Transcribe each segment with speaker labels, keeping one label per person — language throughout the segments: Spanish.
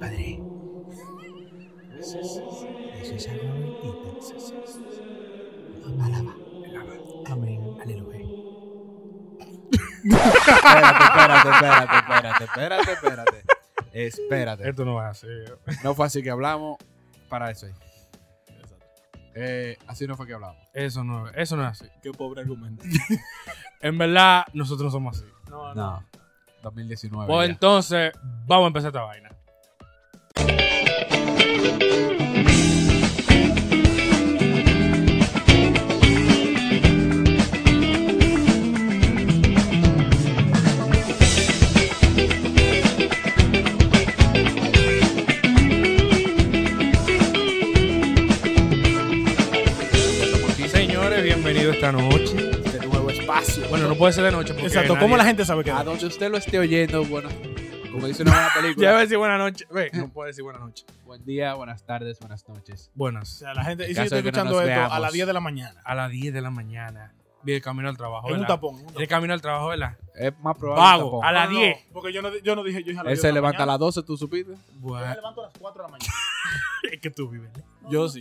Speaker 1: Padre. Eso es agua bendita. Alaba. Amén. Aleluya.
Speaker 2: Espérate, espérate, espérate, espérate, espérate, espérate. Espérate.
Speaker 3: Esto no va a ser.
Speaker 2: No fue así que hablamos para eso. ahí. Eh, así no fue que hablamos.
Speaker 3: Eso no, eso no es así.
Speaker 4: Qué pobre argumento.
Speaker 3: En verdad, nosotros no somos así. No,
Speaker 2: No. 2019.
Speaker 3: Pues
Speaker 2: ya.
Speaker 3: entonces, vamos a empezar esta vaina. Sí, señores, bienvenidos esta noche.
Speaker 2: Este nuevo espacio.
Speaker 3: Bueno, no puede ser de noche porque
Speaker 4: Exacto, ¿cómo la
Speaker 3: nadie-
Speaker 4: gente sabe que
Speaker 2: A donde usted lo esté oyendo, bueno, como dice una buena
Speaker 3: Ya iba a
Speaker 2: película.
Speaker 3: decir buena noche. Ve, no puede decir buena noche.
Speaker 2: Buen día, buenas tardes, buenas noches.
Speaker 4: O
Speaker 3: Buenas.
Speaker 4: sea, la gente.
Speaker 2: En
Speaker 4: Y si
Speaker 2: caso
Speaker 4: está
Speaker 2: de que no
Speaker 4: escuchando
Speaker 2: nos
Speaker 4: esto a
Speaker 2: veamos.
Speaker 4: las 10 de la mañana.
Speaker 3: A las 10 de la mañana. Viene camino al trabajo,
Speaker 4: En un
Speaker 3: ¿verdad?
Speaker 4: tapón. en un tapón.
Speaker 3: Viene camino al trabajo, ¿verdad?
Speaker 2: Es más probable. un
Speaker 3: Vago,
Speaker 2: tapón.
Speaker 3: a
Speaker 4: No,
Speaker 3: las
Speaker 4: no, no,
Speaker 3: 10.
Speaker 4: porque yo no, yo no dije. Yo dije a las
Speaker 2: Él
Speaker 4: 10
Speaker 2: se
Speaker 4: de la
Speaker 2: levanta a
Speaker 4: mañana.
Speaker 2: las 12, ¿tú supiste?
Speaker 4: Yo me
Speaker 3: Bueno,
Speaker 4: levanto a las 4 de la mañana.
Speaker 3: es que tú vives.
Speaker 4: Yo sí.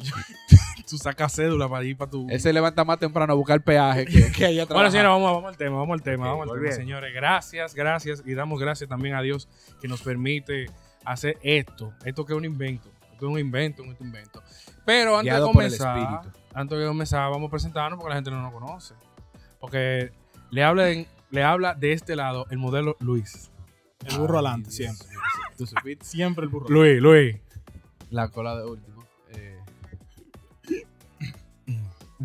Speaker 3: Tú sacas cédula para ir para tu.
Speaker 2: Él se levanta más temprano a buscar peaje que, que allá
Speaker 3: Bueno,
Speaker 2: trabaja.
Speaker 3: señores, vamos, vamos al tema, vamos al tema,
Speaker 2: Ok,
Speaker 3: vamos al tema,
Speaker 2: volviendo.
Speaker 3: señores. Gracias, gracias. Y damos gracias también a Dios que nos permite hacer esto. Esto que es un invento. Esto es un invento, un invento. Pero antes
Speaker 2: Guiado
Speaker 3: de
Speaker 2: por el
Speaker 3: comenzar,
Speaker 2: espíritu.
Speaker 3: antes de comenzar, vamos a presentarnos porque la gente no nos conoce. Porque le habla, en- le habla de este lado el modelo Luis.
Speaker 4: El burro
Speaker 2: Ay,
Speaker 4: adelante,
Speaker 2: Dios
Speaker 4: siempre.
Speaker 2: mío, ¿Tú supiste?
Speaker 4: Siempre el burro.
Speaker 3: Luis, Luis.
Speaker 2: La cola de último. Eh,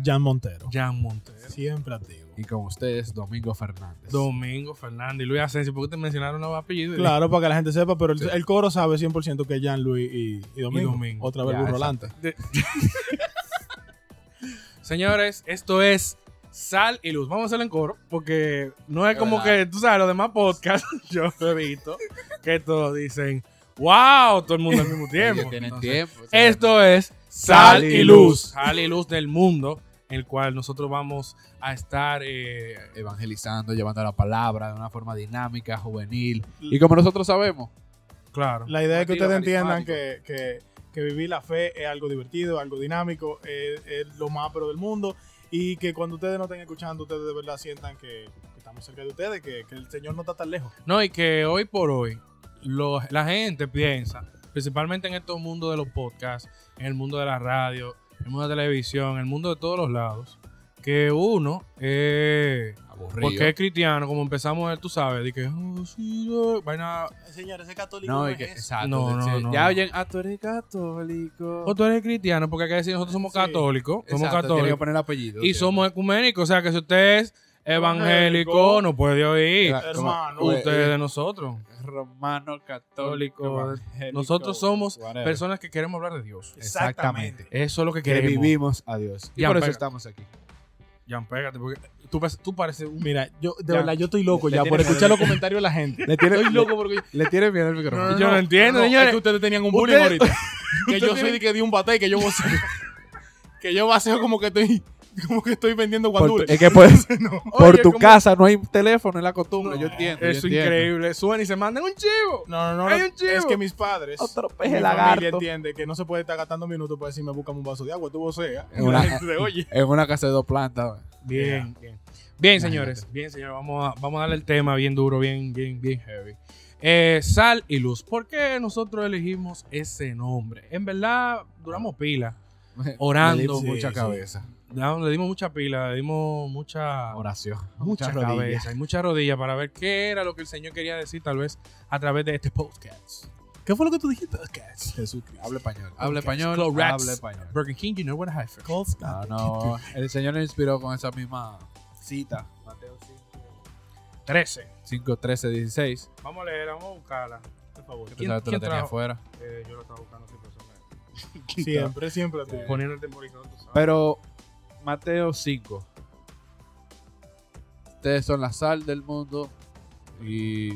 Speaker 4: Jan Montero.
Speaker 3: Jan Montero.
Speaker 4: Siempre activo.
Speaker 2: y con ustedes, Domingo Fernández.
Speaker 3: Domingo Fernández, Luis Asensio, porque te mencionaron los apellidos.
Speaker 4: Claro, para que la gente sepa, pero el,
Speaker 2: Sí.
Speaker 4: el coro sabe 100% que es Jan, Luis y, y Domingo.
Speaker 3: Domingo.
Speaker 4: Otra vez
Speaker 2: Ya,
Speaker 4: el burro
Speaker 2: exacto.
Speaker 4: adelante.
Speaker 3: Señores, esto es Sal y Luz. Vamos a hacerlo en coro, porque no es
Speaker 2: Es
Speaker 3: como
Speaker 2: verdad.
Speaker 3: que, tú sabes, los demás podcasts, yo lo he visto, que todos dicen, wow, todo el mundo al mismo
Speaker 2: Ellos
Speaker 3: tiempo.
Speaker 2: tienen
Speaker 3: Entonces,
Speaker 2: tiempo. o sea,
Speaker 3: Esto es Sal y Luz. Sal y Luz del mundo, el cual nosotros vamos a estar... eh,
Speaker 2: Evangelizando, llevando la palabra de una forma dinámica, juvenil. Y como nosotros sabemos,
Speaker 3: claro.
Speaker 4: La idea es que
Speaker 2: Partido
Speaker 4: ustedes entiendan que,
Speaker 2: carismático.
Speaker 4: que- que vivir la fe es algo divertido, algo dinámico, es, es lo más pero del mundo. Y que cuando ustedes no estén escuchando, ustedes de verdad sientan que, que estamos cerca de ustedes, que, que el Señor no está tan lejos.
Speaker 3: No, y que hoy por hoy lo- la gente piensa, principalmente en estos mundos de los podcasts, en el mundo de la radio, en el mundo de la televisión, en el mundo de todos los lados, que uno, eh,
Speaker 2: aburrido.
Speaker 3: porque es cristiano, como empezamos, tú sabes, de que, "Oh, sí, eh", vaina,
Speaker 4: Señor, ese católico
Speaker 2: No, y que, exacto.
Speaker 3: No, no,
Speaker 2: sí,
Speaker 3: no,
Speaker 2: ya
Speaker 3: no.
Speaker 2: oyen, ah, tú eres católico.
Speaker 3: o "Oh, tú eres cristiano, porque hay que decir, nosotros somos
Speaker 4: Sí.
Speaker 3: católicos, somos
Speaker 2: Exacto, tiene que
Speaker 3: católicos,
Speaker 2: poner el apellido.
Speaker 3: y
Speaker 2: siempre.
Speaker 3: somos ecuménicos, o sea que si usted es evangélico,
Speaker 4: Evangélico.
Speaker 3: no puede oír.
Speaker 2: Era como,
Speaker 4: Hermano.
Speaker 2: eh,
Speaker 3: Usted es de nosotros.
Speaker 2: romano
Speaker 3: Católico,
Speaker 2: católico. evangélico,
Speaker 3: Nosotros somos
Speaker 2: whatever.
Speaker 3: personas que queremos hablar de Dios.
Speaker 2: Exactamente.
Speaker 4: Este.
Speaker 3: Eso es lo que
Speaker 2: que
Speaker 3: queremos.
Speaker 2: vivimos a Dios. Y
Speaker 3: Ya,
Speaker 2: por eso
Speaker 3: pega.
Speaker 2: estamos aquí.
Speaker 3: Jan, pégate, porque tú, pa- tú pareces un...
Speaker 4: Mira, yo de
Speaker 3: Ya.
Speaker 4: verdad, yo estoy loco
Speaker 2: Le-
Speaker 4: ya
Speaker 2: le
Speaker 4: por
Speaker 2: tiene
Speaker 4: escuchar
Speaker 2: miedo.
Speaker 4: los comentarios de la gente.
Speaker 2: Le tiene,
Speaker 4: Estoy
Speaker 2: le,
Speaker 4: loco porque
Speaker 2: le tiene miedo al micrófono.
Speaker 3: yo no entiendo,
Speaker 4: Es
Speaker 3: señores.
Speaker 4: que ustedes tenían un bullying
Speaker 3: Ustedes-
Speaker 4: ahorita. que yo
Speaker 3: Ustedes-
Speaker 4: soy de que di un bate y que yo voceo. que yo vaceo como que estoy, como que estoy vendiendo
Speaker 2: Por tu-
Speaker 4: guandules.
Speaker 2: es que pues, por
Speaker 3: Oye,
Speaker 2: tu
Speaker 3: como-
Speaker 2: casa no hay teléfono, es la costumbre. yo entiendo. yo
Speaker 3: Eso es
Speaker 2: entiendo.
Speaker 3: increíble. Suben y se mandan un chivo.
Speaker 4: No, no, no.
Speaker 3: Hay
Speaker 4: no,
Speaker 3: un chivo.
Speaker 4: Es que mis padres.
Speaker 2: Otro
Speaker 4: mi familia
Speaker 2: peje lagarto.
Speaker 4: entiende que no se puede estar gastando minutos para decirme, búscame un vaso de agua, tú voceas. Y
Speaker 2: Es una-
Speaker 4: la gente se oye.
Speaker 2: En una casa de dos plantas.
Speaker 3: Bien, bien. Bien, señores. Bien, señores. Vamos a, vamos a darle el tema bien duro, bien, bien, bien heavy. Eh, sal y luz. ¿Por qué nosotros elegimos ese nombre? En verdad, duramos pila. Orando.
Speaker 2: Le dimos
Speaker 3: Sí,
Speaker 2: mucha
Speaker 3: sí.
Speaker 2: cabeza.
Speaker 3: Ya Le dimos mucha pila, le dimos mucha...
Speaker 2: Oración.
Speaker 3: Mucha
Speaker 2: Muchas rodillas.
Speaker 3: cabeza y mucha rodilla para ver qué era lo que el Señor quería decir tal vez a través de este podcast.
Speaker 4: ¿Qué fue lo que tú dijiste? Jesucristo.
Speaker 2: Habla español. Habla
Speaker 3: Ok.
Speaker 2: español.
Speaker 3: Slow raps.
Speaker 2: Habla español.
Speaker 3: Burger King, you know what I have.
Speaker 2: No, no. El Señor nos inspiró con esa misma cita. Mateo
Speaker 3: 13.
Speaker 2: 5, 13, 16.
Speaker 3: Vamos a leerla, vamos a buscarla. Por favor.
Speaker 2: Tú sabes, tú la tenías afuera.
Speaker 3: Eh, yo la estaba buscando sin persona.
Speaker 4: Siempre, siempre.
Speaker 1: Eh,
Speaker 4: te-
Speaker 3: Poniendo el temporizador, tú sabes.
Speaker 2: Pero Mateo 5. Ustedes son la sal del mundo y...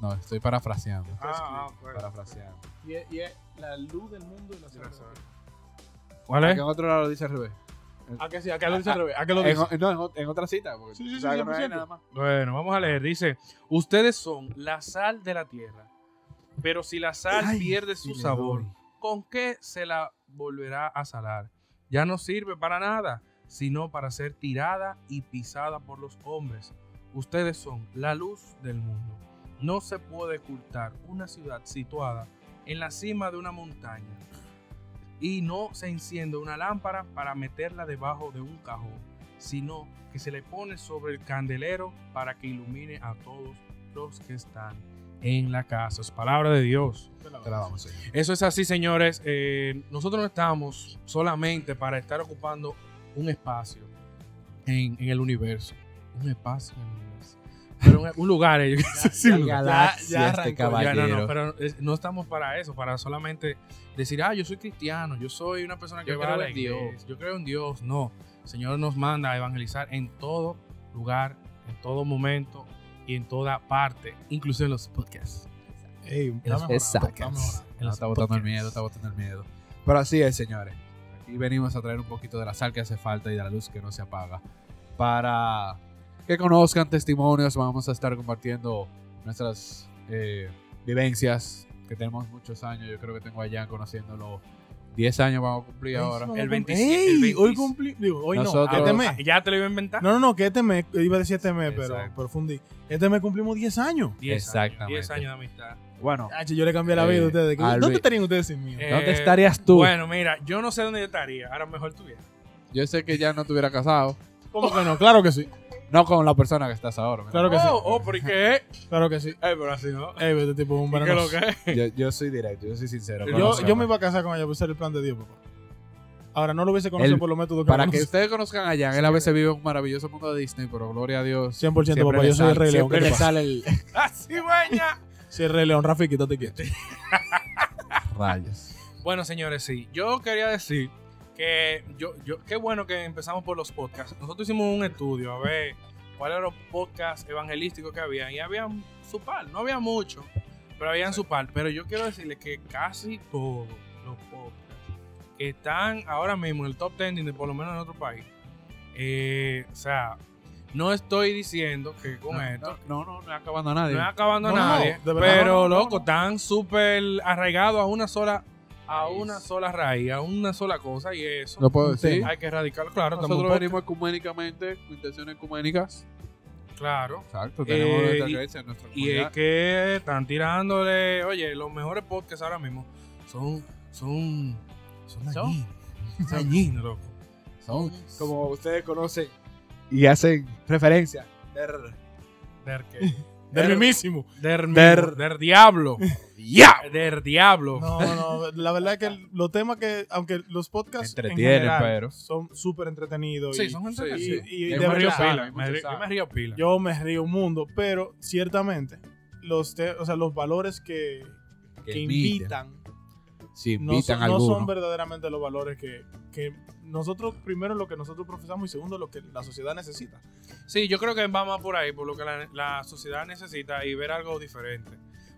Speaker 2: No, estoy parafraseando.
Speaker 3: Ah, ah, bueno.
Speaker 2: Parafraseando.
Speaker 4: Y es, y es la luz del mundo y la sal.
Speaker 3: ¿Cuál
Speaker 2: Acá
Speaker 3: es?
Speaker 1: Ah,
Speaker 2: en otro lado lo dice al revés.
Speaker 4: ¿A
Speaker 3: Ah,
Speaker 4: que sí? ¿A que lo dice al revés? ¿A que lo
Speaker 2: En,
Speaker 4: dice?
Speaker 2: o- no, en o- en otra cita. Porque
Speaker 4: Sí, sí, sí,
Speaker 2: sabes que no
Speaker 4: 100%.
Speaker 2: hay nada más.
Speaker 3: Bueno, vamos a leer. Dice, ustedes son la sal de la tierra, pero si la sal
Speaker 1: Ay,
Speaker 3: pierde su
Speaker 1: le
Speaker 3: sabor,
Speaker 1: doy.
Speaker 3: ¿con qué se la volverá a salar? Ya no sirve para nada, sino para ser tirada y pisada por los hombres. Ustedes son la luz del mundo. No se puede ocultar una ciudad situada en la cima de una montaña y no se enciende una lámpara para meterla debajo de un cajón, sino que se le pone sobre el candelero para que ilumine a todos los que están en la casa. Es palabra de Dios.
Speaker 2: Te la vamos, señor.
Speaker 3: Eso es así, señores. Eh, nosotros no estamos solamente para estar ocupando un espacio en, en el universo. Un espacio en el universo. Pero un, un lugar. eh, yo qué sé, sí, un lugar.
Speaker 5: Galaxia
Speaker 4: ya
Speaker 5: este
Speaker 4: arrancó, ya,
Speaker 3: Ya,
Speaker 5: caballero.
Speaker 3: no, no, pero eh, no estamos para eso, para solamente decir, ah, yo soy cristiano, yo soy una persona que
Speaker 5: Yo
Speaker 3: va
Speaker 5: creo
Speaker 3: a la
Speaker 5: en
Speaker 3: iglesia,
Speaker 5: Dios.
Speaker 3: yo creo en Dios. No, el Señor nos manda a evangelizar en todo lugar, en todo momento y en toda parte, incluso en los podcasts.
Speaker 4: Ey, está
Speaker 5: Los
Speaker 4: mejorando, está
Speaker 5: pesacas.
Speaker 4: mejorando.
Speaker 2: No, está botando el miedo, está botando el miedo. Pero así es, señores. Aquí venimos a traer un poquito de la sal que hace falta y de la luz que no se apaga. Para que conozcan testimonios, vamos a estar compartiendo nuestras eh, vivencias que tenemos muchos años. Yo creo que tengo allá conociéndolo 10 años, vamos a cumplir ahora.
Speaker 3: El
Speaker 4: Ey,
Speaker 3: 27, el 26.
Speaker 4: Hoy cumplí. Digo, hoy
Speaker 2: Nosotros-
Speaker 4: no. Este
Speaker 3: Ah,
Speaker 4: mes.
Speaker 3: ya te lo iba a inventar.
Speaker 4: No, no, no, que este mes. Iba a decir este mes, pero
Speaker 2: Exacto.
Speaker 4: profundí. Este mes cumplimos 10 años.
Speaker 3: 10
Speaker 2: Exactamente.
Speaker 3: años, 10 años de amistad.
Speaker 2: Bueno,
Speaker 4: Ah, che, yo le cambié la
Speaker 2: Eh,
Speaker 4: vida a ustedes. ¿Qué- ¿Dónde
Speaker 2: Albi-
Speaker 4: estarían ustedes sin mí?
Speaker 3: Eh,
Speaker 2: ¿dónde estarías tú?
Speaker 3: Bueno, mira, yo no sé dónde yo estaría. Ahora mejor tú vienes.
Speaker 2: Yo sé que ya no te hubiera casado.
Speaker 4: ¿Cómo que no? Claro que sí.
Speaker 2: No con la persona que estás ahora. mira.
Speaker 4: Claro que sí.
Speaker 3: Oh, oh, ¿por qué? Eh,
Speaker 4: Claro que sí.
Speaker 3: pero así no.
Speaker 4: Ey, este tipo es un
Speaker 3: ¿Y ¿Qué
Speaker 4: venenoso.
Speaker 3: lo que es?
Speaker 2: Yo, yo soy directo, yo soy sincero.
Speaker 3: Yo-
Speaker 4: Yo,
Speaker 2: Conóceme.
Speaker 4: yo me iba a casar con ella por ser el plan de Dios, papá. Ahora, no lo hubiese conocido
Speaker 2: El-
Speaker 4: por los métodos que
Speaker 2: Para
Speaker 4: me
Speaker 2: que
Speaker 4: conoce.
Speaker 2: ustedes conozcan a Jan, él a veces vive un maravilloso mundo de Disney, pero gloria a Dios.
Speaker 4: 100%
Speaker 2: siempre
Speaker 4: papá,
Speaker 2: le
Speaker 4: yo soy el
Speaker 2: sale-
Speaker 4: Rey León.
Speaker 5: Siempre
Speaker 4: ¿qué te
Speaker 5: le
Speaker 4: pasa?
Speaker 5: sale el.
Speaker 3: ¡Así, güeña!
Speaker 4: Soy el Rey León, Rafi, quítate quieto.
Speaker 2: Rayos.
Speaker 3: Bueno, señores, sí. Yo quería decir que yo, yo, qué bueno que empezamos por los podcasts. Nosotros hicimos un estudio a ver cuáles eran los podcasts evangelísticos que había. Y había su par, no había mucho, pero habían su par. Pero yo quiero decirles que casi todos los podcasts que están ahora mismo en el top 10, de, por lo menos en otro país. eh, o sea, no estoy diciendo que con
Speaker 2: No,
Speaker 3: esto
Speaker 2: No, no, no acabando a nadie.
Speaker 3: no es acabando
Speaker 4: No,
Speaker 3: a
Speaker 4: no,
Speaker 3: nadie.
Speaker 4: de verdad,
Speaker 3: pero,
Speaker 4: no, no, no,
Speaker 3: loco,
Speaker 4: no.
Speaker 3: están súper arraigados a una sola, a una sola raíz, a una sola cosa, y eso
Speaker 2: Lo puedo
Speaker 4: Un
Speaker 2: decir.
Speaker 4: tema.
Speaker 3: hay que erradicarlo, claro,
Speaker 2: Nosotros
Speaker 3: estamos-
Speaker 2: venimos ecuménicamente, con intenciones ecuménicas.
Speaker 3: claro.
Speaker 2: Exacto,
Speaker 3: Eh,
Speaker 2: tenemos nuestra
Speaker 3: y-
Speaker 2: iglesia, nuestra
Speaker 3: Y es
Speaker 2: comunidad.
Speaker 3: que están tirándole, oye, los mejores podcasts ahora mismo son, son, son dañinos, son dañinos, loco.
Speaker 2: Son, como ustedes conocen y hacen referencia. Der-
Speaker 3: Der que-
Speaker 4: Del
Speaker 3: Der-
Speaker 4: mismísimo.
Speaker 3: der,
Speaker 2: Der-
Speaker 3: der diablo,
Speaker 2: ¡Ya!
Speaker 3: der diablo.
Speaker 4: No, no, la verdad es que el- los temas que, aunque los podcasts en
Speaker 2: Entretienen,
Speaker 4: general
Speaker 2: pero-
Speaker 4: son súper entretenidos.
Speaker 3: sí,
Speaker 4: y-
Speaker 3: son gente
Speaker 2: sí,
Speaker 3: que
Speaker 4: y,
Speaker 2: sí.
Speaker 4: y de
Speaker 2: Es
Speaker 3: Yo me río
Speaker 4: verdad,
Speaker 2: sal,
Speaker 3: pila,
Speaker 2: hay
Speaker 3: me
Speaker 2: mucha
Speaker 3: río-
Speaker 2: sal.
Speaker 3: yo me río pila.
Speaker 4: yo me río un mundo, pero ciertamente los, te- o sea, los valores que, que invitan,
Speaker 2: Si
Speaker 4: no,
Speaker 2: invitan
Speaker 4: son,
Speaker 2: a
Speaker 4: no son
Speaker 2: alguno.
Speaker 4: verdaderamente los valores que, que nosotros, primero lo que nosotros profesamos y segundo lo que la sociedad necesita.
Speaker 3: Sí, yo creo que va más por ahí, por lo que la, la sociedad necesita y ver algo diferente.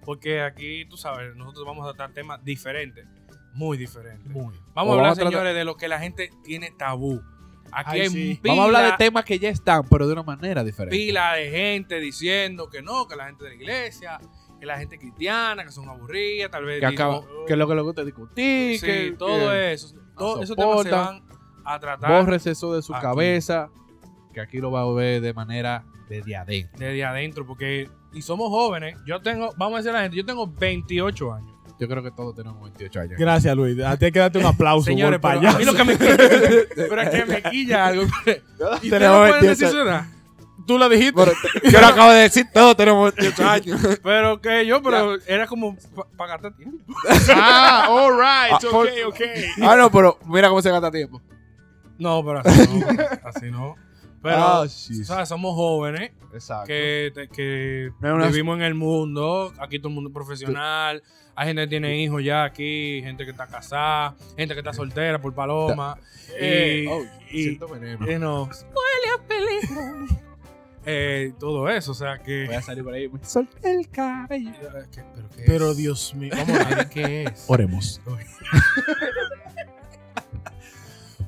Speaker 3: Porque aquí, tú sabes, nosotros vamos a tratar temas diferentes, muy diferentes. Vamos
Speaker 2: O
Speaker 3: a hablar,
Speaker 2: vamos a tratar-
Speaker 3: señores, de lo que la gente tiene tabú. Aquí
Speaker 4: Ay,
Speaker 3: hay
Speaker 4: sí.
Speaker 3: pila,
Speaker 2: Vamos a hablar de temas que ya están, pero de una manera diferente.
Speaker 3: pila de gente diciendo que no, que la gente de la iglesia, que la gente cristiana, que son aburridas, tal vez.
Speaker 2: que, acaba-
Speaker 3: digo,
Speaker 2: que es lo que le gusta discutir.
Speaker 3: sí,
Speaker 2: que,
Speaker 3: todo
Speaker 2: que-
Speaker 3: eso. Todos esos temas se
Speaker 2: soportan.
Speaker 3: van a tratar
Speaker 2: Borres eso de su
Speaker 3: Aquí.
Speaker 2: cabeza, que aquí lo va a ver de manera desde adentro.
Speaker 3: desde adentro. Porque, y somos jóvenes, yo tengo, vamos a decir a la gente, yo tengo 28 años.
Speaker 2: Yo creo que todos tenemos 28 años.
Speaker 4: Gracias, Luis. A ti hay que darte un aplauso,
Speaker 3: Señores,
Speaker 4: Señores,
Speaker 3: pero a mí lo que me pero es que me quilla algo. Y ustedes no
Speaker 2: Tenemos
Speaker 3: pueden
Speaker 2: 28.
Speaker 3: decir su edad.
Speaker 4: Tú la dijiste.
Speaker 2: Bueno, te- yo lo acabo de decir, todos tenemos 28 años.
Speaker 3: Pero que yo, pero era como pa- pagarte tiempo.
Speaker 4: ah, all right,
Speaker 2: Ah, por-
Speaker 4: ok, ok.
Speaker 2: ah, no, pero mira cómo se gasta tiempo.
Speaker 3: No, pero así no. así no. Pero,
Speaker 2: Ah,
Speaker 3: o
Speaker 2: sí.
Speaker 3: sea, somos jóvenes
Speaker 2: Exacto.
Speaker 3: que, te- que
Speaker 2: No es una-
Speaker 3: vivimos en el mundo. Aquí todo el mundo es profesional. Hay gente que tiene hijos ya aquí, gente que está casada, gente que está soltera por paloma.
Speaker 2: Eh,
Speaker 3: Y-
Speaker 2: oh,
Speaker 3: y-
Speaker 2: siento veneno.
Speaker 3: Eh, no. Eh, todo eso, o sea que.
Speaker 2: Voy a salir por ahí. me Solté el cabello.
Speaker 3: Eh, que- pero, que
Speaker 4: Pero
Speaker 3: es-
Speaker 4: Dios mío, vamos a ver.
Speaker 3: ¿Qué es?
Speaker 4: Oremos.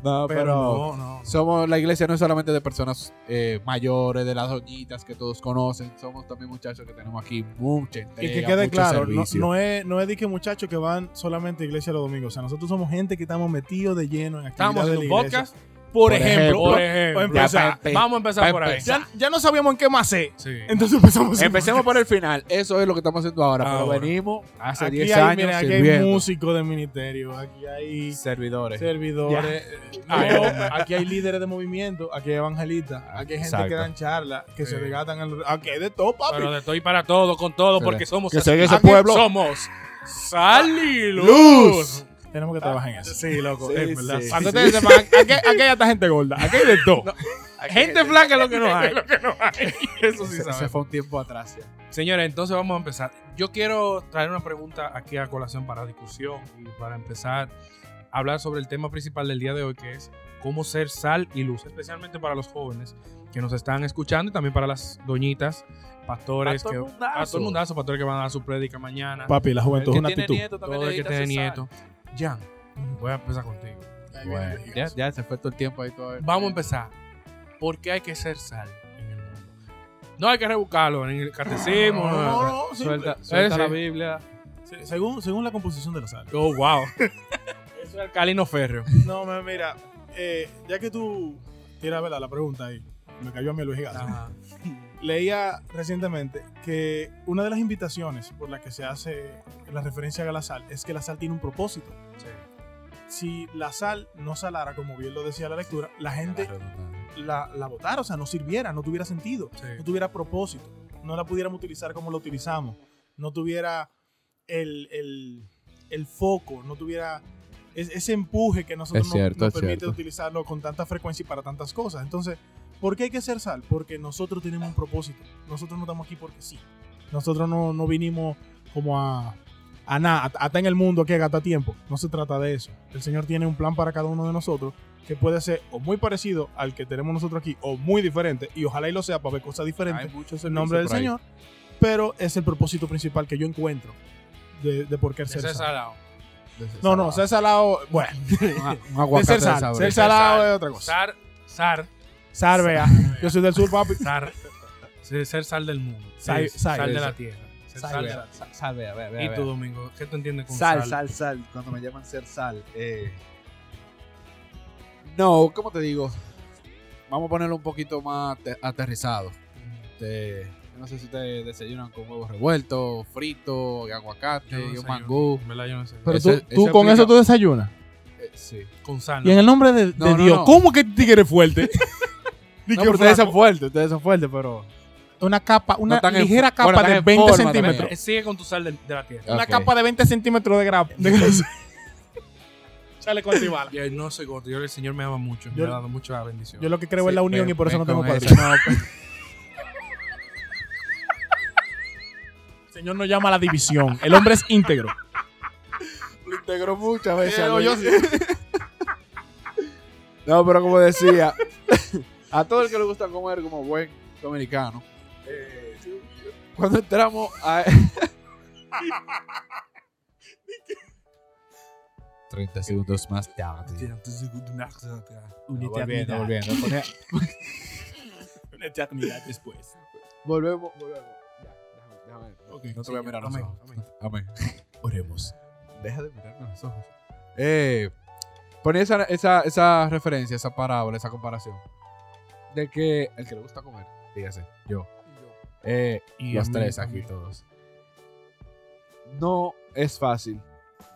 Speaker 2: No,
Speaker 4: Pero no, no. no.
Speaker 2: Somos la iglesia no es solamente de personas eh, mayores, de las doñitas que todos conocen, somos también muchachos que tenemos aquí mucha
Speaker 4: Y
Speaker 2: entrega,
Speaker 4: que quede
Speaker 2: mucho
Speaker 4: claro, no,
Speaker 2: servicio.
Speaker 4: no es, no es de que muchachos que van solamente a iglesia los domingos. O sea, nosotros somos gente que estamos metidos de lleno en
Speaker 3: Estamos
Speaker 4: actividades de
Speaker 3: haciendo
Speaker 4: la
Speaker 3: un
Speaker 4: iglesia.
Speaker 3: podcast. Por,
Speaker 2: ejemplo.
Speaker 3: Por
Speaker 4: Ya
Speaker 3: ejemplo.
Speaker 4: para
Speaker 3: O sea,
Speaker 2: empe-
Speaker 3: vamos a
Speaker 2: para
Speaker 3: empezar por ahí.
Speaker 4: Ya, ya no sabíamos en qué más sé.
Speaker 3: Sí.
Speaker 4: Entonces empezamos. en-
Speaker 2: Empecemos por el final, eso es lo que estamos haciendo ahora,
Speaker 3: Ahora.
Speaker 2: pero venimos hace
Speaker 4: Aquí
Speaker 2: 10
Speaker 4: hay,
Speaker 2: años
Speaker 4: miren, aquí hay
Speaker 2: sirviendo.
Speaker 4: músicos de ministerio, aquí hay
Speaker 2: servidores.
Speaker 4: servidores,
Speaker 3: Ya.
Speaker 4: eh, no, aquí hay líderes de movimiento, aquí hay evangelistas, aquí hay gente
Speaker 2: Exacto.
Speaker 4: que dan charlas, que se
Speaker 3: Sí.
Speaker 4: regatan, al- aquí hay de todo, papi.
Speaker 3: Pero de todo y para todo, con todo,
Speaker 2: Sí.
Speaker 3: porque somos
Speaker 2: Que se oiga ese
Speaker 3: aquí
Speaker 2: pueblo.
Speaker 3: Somos sal y luz.
Speaker 4: Luz. Tenemos que trabajar en eso.
Speaker 3: Sí, loco,
Speaker 2: Sí,
Speaker 3: es verdad.
Speaker 2: sí.
Speaker 3: Cuando
Speaker 4: Ustedes
Speaker 3: te-
Speaker 4: sepan, aquí, aquí hay hasta gente gorda, aquí hay de todo.
Speaker 3: Gente flaca es lo que no hay. Eso sí
Speaker 2: Ese,
Speaker 3: sabemos.
Speaker 2: ese fue un tiempo atrás ya.
Speaker 3: Señores, entonces vamos a empezar. Yo quiero traer una pregunta aquí a colación para discusión y para empezar a hablar sobre el tema principal del día de hoy, que es cómo ser sal y luz, especialmente para los jóvenes que nos están escuchando y también para las doñitas, pastores,
Speaker 2: Pa' todo
Speaker 3: que,
Speaker 2: el mundazo.
Speaker 3: a todo el mundazo, pastores que van a dar su prédica mañana,
Speaker 4: Papi, la juventud es una actitud.
Speaker 3: todo el que tiene nieto. Jan, voy a empezar contigo.
Speaker 4: Ahí viene
Speaker 2: Bueno,
Speaker 4: el
Speaker 2: ya,
Speaker 4: hígado.
Speaker 2: ya se fue todo el tiempo ahí todo.
Speaker 3: Vamos a empezar. ¿Por qué hay que ser sal en el mundo? No hay que rebuscarlo en el catecismo.
Speaker 4: No,
Speaker 3: no, no.
Speaker 4: no, no, sí,
Speaker 2: Suelta,
Speaker 3: Sí,
Speaker 2: suelta
Speaker 3: sí.
Speaker 2: la Biblia.
Speaker 4: se- según, según la composición de la sal.
Speaker 3: Oh, wow. Eso es alcalino férreo.
Speaker 4: No, me- mira, eh, ya que tú tiras ¿verdad? la pregunta ahí, me cayó a mí el hígado. Leía recientemente que una de las invitaciones por las que se hace la referencia a la sal es que la sal tiene un propósito. Si la sal no salara, como bien lo decía la lectura, la gente la, la botara, o sea, no sirviera, no tuviera sentido, no tuviera propósito, no la pudiéramos utilizar como la utilizamos, no tuviera el, el- el foco, no tuviera es- ese empuje que nosotros
Speaker 2: Es
Speaker 4: nos-
Speaker 2: cierto,
Speaker 4: nos,
Speaker 2: es
Speaker 4: permite
Speaker 2: cierto.
Speaker 4: utilizarlo con tanta frecuencia y para tantas cosas. Entonces, ¿por qué hay que ser sal? Porque nosotros tenemos un propósito. Nosotros no estamos aquí porque sí. Nosotros no, no vinimos como a, a nada, hasta en el mundo aquí a gastar tiempo. No se trata de eso. El Señor tiene un plan para cada uno de nosotros que puede ser o muy parecido al que tenemos nosotros aquí o muy diferente. Y ojalá y lo sea para ver cosas diferentes
Speaker 2: Hay muchos
Speaker 4: el nombre del
Speaker 2: por ahí.
Speaker 4: Señor, pero es el propósito principal que yo encuentro de, de por qué ser
Speaker 3: Ese es
Speaker 4: salado.
Speaker 3: salado.
Speaker 4: No, no, ser salado, bueno,
Speaker 2: Un, un
Speaker 4: de
Speaker 2: aguacate
Speaker 4: ser,
Speaker 2: de
Speaker 4: sal,
Speaker 2: sabor.
Speaker 4: ser salado
Speaker 3: Sal.
Speaker 4: es otra cosa.
Speaker 3: Sar, sar,
Speaker 4: Sarvea, yo soy del sur, papi.
Speaker 3: sar. Ser, ser sal del mundo.
Speaker 4: Sal-
Speaker 3: Sí,
Speaker 4: sal.
Speaker 3: de
Speaker 2: Sí,
Speaker 3: la
Speaker 2: sí.
Speaker 3: tierra. Ser
Speaker 2: Sal,
Speaker 3: sal de
Speaker 2: vea,
Speaker 3: la
Speaker 2: sal, sal, vea, vea, vea,
Speaker 3: tierra. Y tú,
Speaker 2: vea.
Speaker 3: Domingo, ¿qué tú entiendes con
Speaker 2: Sal,
Speaker 3: sal?
Speaker 2: sal, sal. Cuando me llaman ser sal. eh. No, ¿cómo te digo? Vamos a ponerlo un poquito más ate- aterrizado. Este, yo no sé si ustedes desayunan con huevos revueltos, fritos, y aguacate,
Speaker 3: Yo
Speaker 2: y un
Speaker 3: desayuno.
Speaker 2: mangú.
Speaker 3: En verdad, yo no sé.
Speaker 4: Pero
Speaker 2: Ese-
Speaker 4: tú, tú
Speaker 2: ese
Speaker 4: con
Speaker 2: aplica-
Speaker 4: eso tú desayunas.
Speaker 2: Eh, sí.
Speaker 3: Con sal.
Speaker 4: Y en el nombre de, de
Speaker 2: No, no,
Speaker 4: Dios,
Speaker 2: no.
Speaker 4: ¿cómo que tú eres fuerte? Di
Speaker 2: No,
Speaker 4: que
Speaker 2: pero ustedes
Speaker 4: flaco.
Speaker 2: son fuertes, ustedes son fuertes, pero.
Speaker 4: Una capa, una
Speaker 2: No tan en-
Speaker 4: ligera
Speaker 2: bueno,
Speaker 4: capa
Speaker 2: tan
Speaker 4: de
Speaker 2: en
Speaker 4: 20
Speaker 2: forma
Speaker 4: centímetros.
Speaker 2: también.
Speaker 3: Eh, Sigue con tu sal del- de, la tierra.
Speaker 4: Una
Speaker 2: Ok.
Speaker 4: capa de 20 centímetros de grado. De grasa. Sale con tibala.
Speaker 3: Yo no soy gordo. Yo, el Señor me ama mucho.
Speaker 4: Yo-
Speaker 3: me ha dado mucha bendición.
Speaker 4: Yo lo que creo
Speaker 2: Sí,
Speaker 4: es la unión
Speaker 2: ven-
Speaker 4: y por eso
Speaker 2: ven
Speaker 4: no tengo
Speaker 2: con
Speaker 4: padre.
Speaker 2: eso.
Speaker 4: El Señor no llama a la división. El hombre es íntegro.
Speaker 2: Lo integró muchas veces.
Speaker 4: Pero
Speaker 2: a
Speaker 4: yo
Speaker 2: Luis. no, pero como decía, a todo el que le gusta comer como buen dominicano, eh, cuando entramos a. 30 segundos más tarde. Volviendo, volviendo. Ponía-
Speaker 4: Una eternidad después.
Speaker 2: Volvemos, volvemos. Ya, déjame, déjame.
Speaker 4: Ok,
Speaker 2: no te voy a
Speaker 4: señor,
Speaker 2: mirar a los
Speaker 4: amén,
Speaker 2: ojos.
Speaker 4: amén.
Speaker 2: Amén. Oremos. Deja de mirarme a los ojos. Eh, ponía esa, esa, esa referencia, esa parábola, esa comparación. De que el que le gusta comer, dígase, yo. Eh,
Speaker 3: Y
Speaker 2: los
Speaker 3: a mí
Speaker 2: tres aquí
Speaker 3: también.
Speaker 2: todos. No es fácil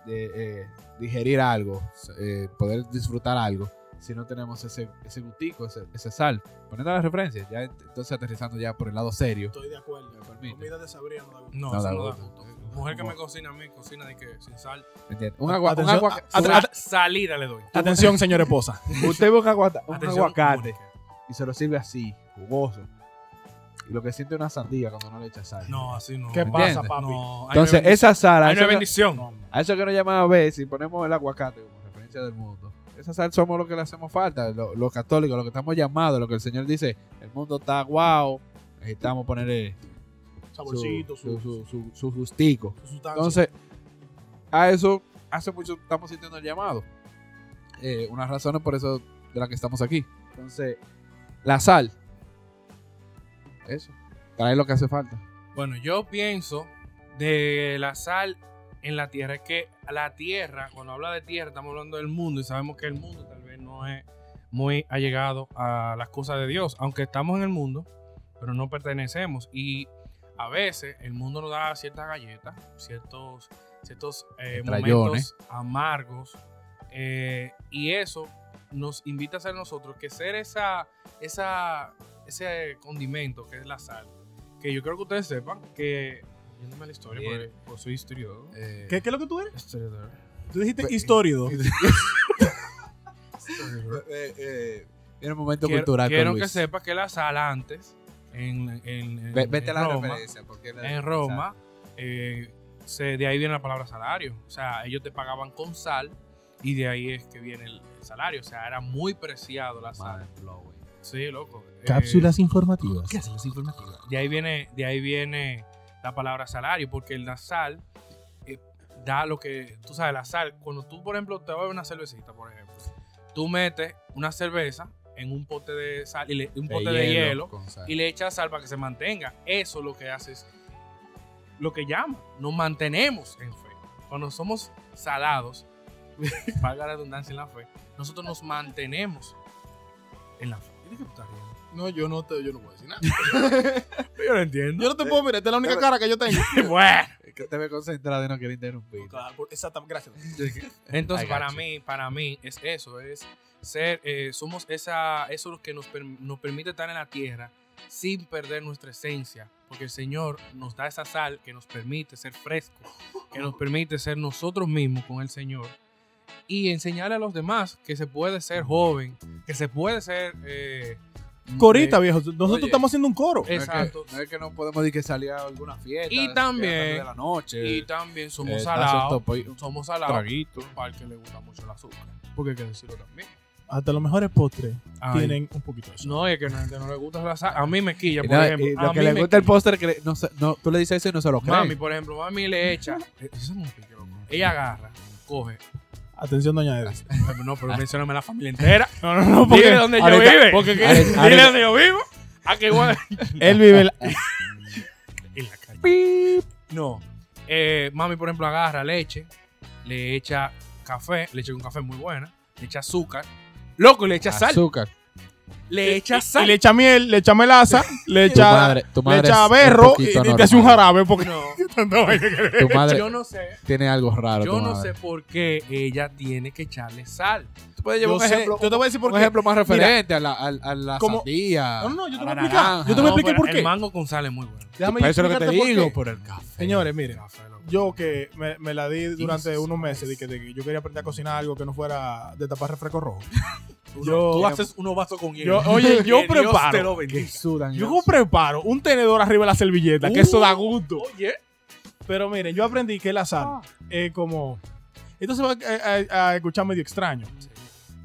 Speaker 2: de, eh, digerir algo, eh, poder disfrutar algo, si no tenemos ese, ese gutico, ese, ese sal. Poniendo las referencias, ya ent- entonces aterrizando ya por el lado serio.
Speaker 4: Estoy de acuerdo.
Speaker 2: Me permite.
Speaker 4: Comida de Sabrina no da gusto.
Speaker 3: No,
Speaker 2: No,
Speaker 3: eso
Speaker 2: la
Speaker 3: no da
Speaker 2: gorda.
Speaker 3: gusto. Mujer que me cocina a mí, cocina de que sin sal.
Speaker 2: ¿me entiendes? Un, agua, un,
Speaker 4: Atención,
Speaker 2: agua-
Speaker 4: a-
Speaker 2: un-
Speaker 4: Atra-
Speaker 3: Una salida le doy.
Speaker 4: Atención, señor esposa.
Speaker 2: Usted ve un, aguata- un
Speaker 3: Atención,
Speaker 2: aguacate
Speaker 3: Mónica.
Speaker 2: y se lo sirve así, jugoso. Y lo que siente es una sandía cuando no le echa sal.
Speaker 3: No, así no.
Speaker 4: ¿Qué
Speaker 2: ¿Me
Speaker 4: pasa,
Speaker 2: entiendes?
Speaker 4: papi?
Speaker 3: No, ahí no hay
Speaker 2: Entonces,
Speaker 3: bendición.
Speaker 2: esa sal, a
Speaker 3: Ahí no
Speaker 2: eso,
Speaker 3: hay
Speaker 2: que,
Speaker 3: bendición.
Speaker 2: a eso que nos llama a ver, si ponemos el aguacate como referencia del mundo, esa sal somos los que le hacemos falta, lo- los católicos, los que estamos llamados, lo que el Señor dice, el mundo está guau, necesitamos ponerle su,
Speaker 4: Saborcito, su,
Speaker 2: su- su- su- su justico.
Speaker 4: su sustancia.
Speaker 2: Entonces, a eso hace mucho estamos sintiendo el llamado. eh, unas razones por eso de las que estamos aquí. Entonces, la sal. Eso. Trae lo que hace falta.
Speaker 3: Bueno, yo pienso de la sal en la tierra. Es que la tierra, cuando habla de tierra, estamos hablando del mundo y sabemos que el mundo tal vez no es muy allegado a las cosas de Dios. Aunque estamos en el mundo, pero no pertenecemos. Y a veces el mundo nos da ciertas galletas, ciertos, ciertos eh,
Speaker 2: Trayones.
Speaker 3: momentos amargos. eh, y eso nos invita a ser nosotros que ser esa, esa, ese condimento que es la sal. Que yo creo que ustedes sepan que. Yéndome a la historia,
Speaker 2: Bien.
Speaker 3: porque pues, soy historiador.
Speaker 2: Eh,
Speaker 4: ¿Qué, qué es lo que tú eres?
Speaker 3: Historiador.
Speaker 4: Tú dijiste histórido.
Speaker 2: eh, eh, Viene un momento
Speaker 3: Quiero,
Speaker 2: cultural. con
Speaker 3: quiero
Speaker 2: Luis.
Speaker 3: que sepas que la sal antes, en, en, en-
Speaker 2: Ve- vete
Speaker 3: en
Speaker 2: la
Speaker 3: Roma,
Speaker 2: referencia. Porque la-
Speaker 3: en Roma, eh, se, de ahí viene la palabra salario. O sea, ellos te pagaban con sal y de ahí es que viene el, el salario. O sea, era muy preciado la
Speaker 2: o sea,
Speaker 3: sal.
Speaker 2: madre, flow, güey.
Speaker 3: Sí, loco. Eh,
Speaker 4: informativas.
Speaker 1: hacen los informativos?
Speaker 3: De ahí viene, de ahí viene la palabra salario, porque el la sal eh, da lo que, tú sabes, la sal. Cuando tú, por ejemplo, te bebes una cervecita, por ejemplo, tú metes una cerveza en un pote de sal y le- un pote de hielo
Speaker 2: con sal.
Speaker 3: y le echas sal para que se mantenga. Eso lo que hace es lo que llama. Nos mantenemos en fe. Cuando somos salados, valga la redundancia en la fe, nosotros nos mantenemos en la fe. ¿De qué tú estás riendo?
Speaker 4: No, yo no, te, yo no voy a decir nada.
Speaker 3: Yo no entiendo.
Speaker 4: Yo no te puedo mirar, esta es la única cara que yo tengo.
Speaker 3: Bueno.
Speaker 2: Es que te ve concentrado y no quiere interrumpir.
Speaker 4: Claro, por- exactamente, gracias.
Speaker 3: Entonces,
Speaker 2: I got
Speaker 3: para
Speaker 2: you.
Speaker 3: mí, para mí, es eso, es ser, eh, somos esa, eso lo que nos, per- nos permite estar en la tierra sin perder nuestra esencia, porque el Señor nos da esa sal que nos permite ser frescos, que nos permite ser nosotros mismos con el Señor y enseñarle a los demás que se puede ser joven, que se puede ser... eh,
Speaker 4: Corita, viejo, nosotros
Speaker 2: Eh, Oye.
Speaker 4: estamos haciendo un coro.
Speaker 3: Eh,
Speaker 2: No es que-
Speaker 3: exacto.
Speaker 2: No es que no podemos decir que salía a alguna fiesta.
Speaker 3: Y
Speaker 2: que
Speaker 3: también-
Speaker 2: a las nueve de la noche.
Speaker 3: Y también somos
Speaker 2: Eh,
Speaker 3: salados,
Speaker 2: darse un topo-
Speaker 3: somos salados
Speaker 2: traguito.
Speaker 3: para el que le gusta mucho el azúcar, porque hay que decirlo también.
Speaker 4: Hasta los mejores postres
Speaker 2: Ah,
Speaker 3: Ay,
Speaker 4: tienen un poquito de eso.
Speaker 3: No, es que no, que no le gusta la sal. A mí me quilla,
Speaker 2: Y
Speaker 3: por
Speaker 2: nada, y
Speaker 3: ejemplo.
Speaker 2: lo
Speaker 3: A
Speaker 2: que
Speaker 3: mí
Speaker 2: le
Speaker 3: me
Speaker 2: gusta el
Speaker 3: quilla.
Speaker 2: póster, que le- no, se- no, tú le dices eso y no se lo cree.
Speaker 3: Mami, por ejemplo, mami le echa. Eso es un pique, loco. Ella agarra, coge. Ah.
Speaker 4: Atención, doña Edith.
Speaker 3: No, pero mencioname la familia entera.
Speaker 4: No, no, no,
Speaker 3: Dile dónde yo
Speaker 4: ahorita-
Speaker 3: vivo. Porque qué-
Speaker 2: ahorita-
Speaker 3: dile dónde yo vivo. A que voy
Speaker 4: él vive la-
Speaker 3: en la calle. No. Eh, mami, por ejemplo, agarra leche, le echa café, leche con café muy buena, le echa azúcar. Loco, y le echa sal.
Speaker 2: Azúcar.
Speaker 3: Le echa
Speaker 4: y le
Speaker 3: sal.
Speaker 4: echa miel, le echa melaza, le
Speaker 2: Tu
Speaker 4: echa,
Speaker 2: madre, tu
Speaker 4: le
Speaker 2: madre
Speaker 4: echa
Speaker 2: es un
Speaker 4: berro y,
Speaker 2: poquito
Speaker 4: y te hace un
Speaker 2: anormal.
Speaker 4: jarabe porque
Speaker 3: No,
Speaker 4: no vaya a querer.
Speaker 2: Tu madre
Speaker 3: yo no sé.
Speaker 2: tiene algo raro.
Speaker 3: Yo
Speaker 2: tu
Speaker 3: no
Speaker 2: madre.
Speaker 3: sé por qué ella tiene que echarle sal.
Speaker 2: Tú puedes
Speaker 4: Yo
Speaker 2: llevar un
Speaker 4: sé,
Speaker 2: ejemplo,
Speaker 4: yo te voy a decir por
Speaker 2: un
Speaker 4: qué.
Speaker 2: ejemplo más
Speaker 4: Mira,
Speaker 2: referente a la, a, a la
Speaker 4: como-
Speaker 2: sandía.
Speaker 4: No, no, yo te
Speaker 2: a
Speaker 4: voy a
Speaker 2: la
Speaker 4: explicar.
Speaker 2: naranja. pues,
Speaker 4: Yo te voy a
Speaker 3: No,
Speaker 4: explicar
Speaker 3: pero
Speaker 4: por qué.
Speaker 3: El mango con sal es muy bueno.
Speaker 4: Déjame
Speaker 2: Para pues, eso es lo que te
Speaker 4: explicarte por
Speaker 2: digo,
Speaker 4: qué.
Speaker 2: por el café.
Speaker 4: Señores, miren,
Speaker 3: Café, loco.
Speaker 4: yo que me, me la di durante
Speaker 3: Jesus
Speaker 4: unos meses de
Speaker 3: Christ.
Speaker 4: que, de que yo quería aprender a cocinar algo que no fuera de tapar refresco rojo.
Speaker 3: Uno-
Speaker 4: Yo-
Speaker 3: tú haces unos vasos con hielo.
Speaker 4: Yo, oye, yo
Speaker 3: Que Dios te
Speaker 4: preparo.
Speaker 3: lo bendiga.
Speaker 2: que sudan.
Speaker 4: Yo
Speaker 2: Dios.
Speaker 4: preparo un tenedor arriba de la servilleta, que eso da gusto.
Speaker 3: Uh, Oye,
Speaker 4: Pero miren, yo aprendí que la
Speaker 2: Ah.
Speaker 4: sal es como. Esto se va a, a- a escuchar medio extraño.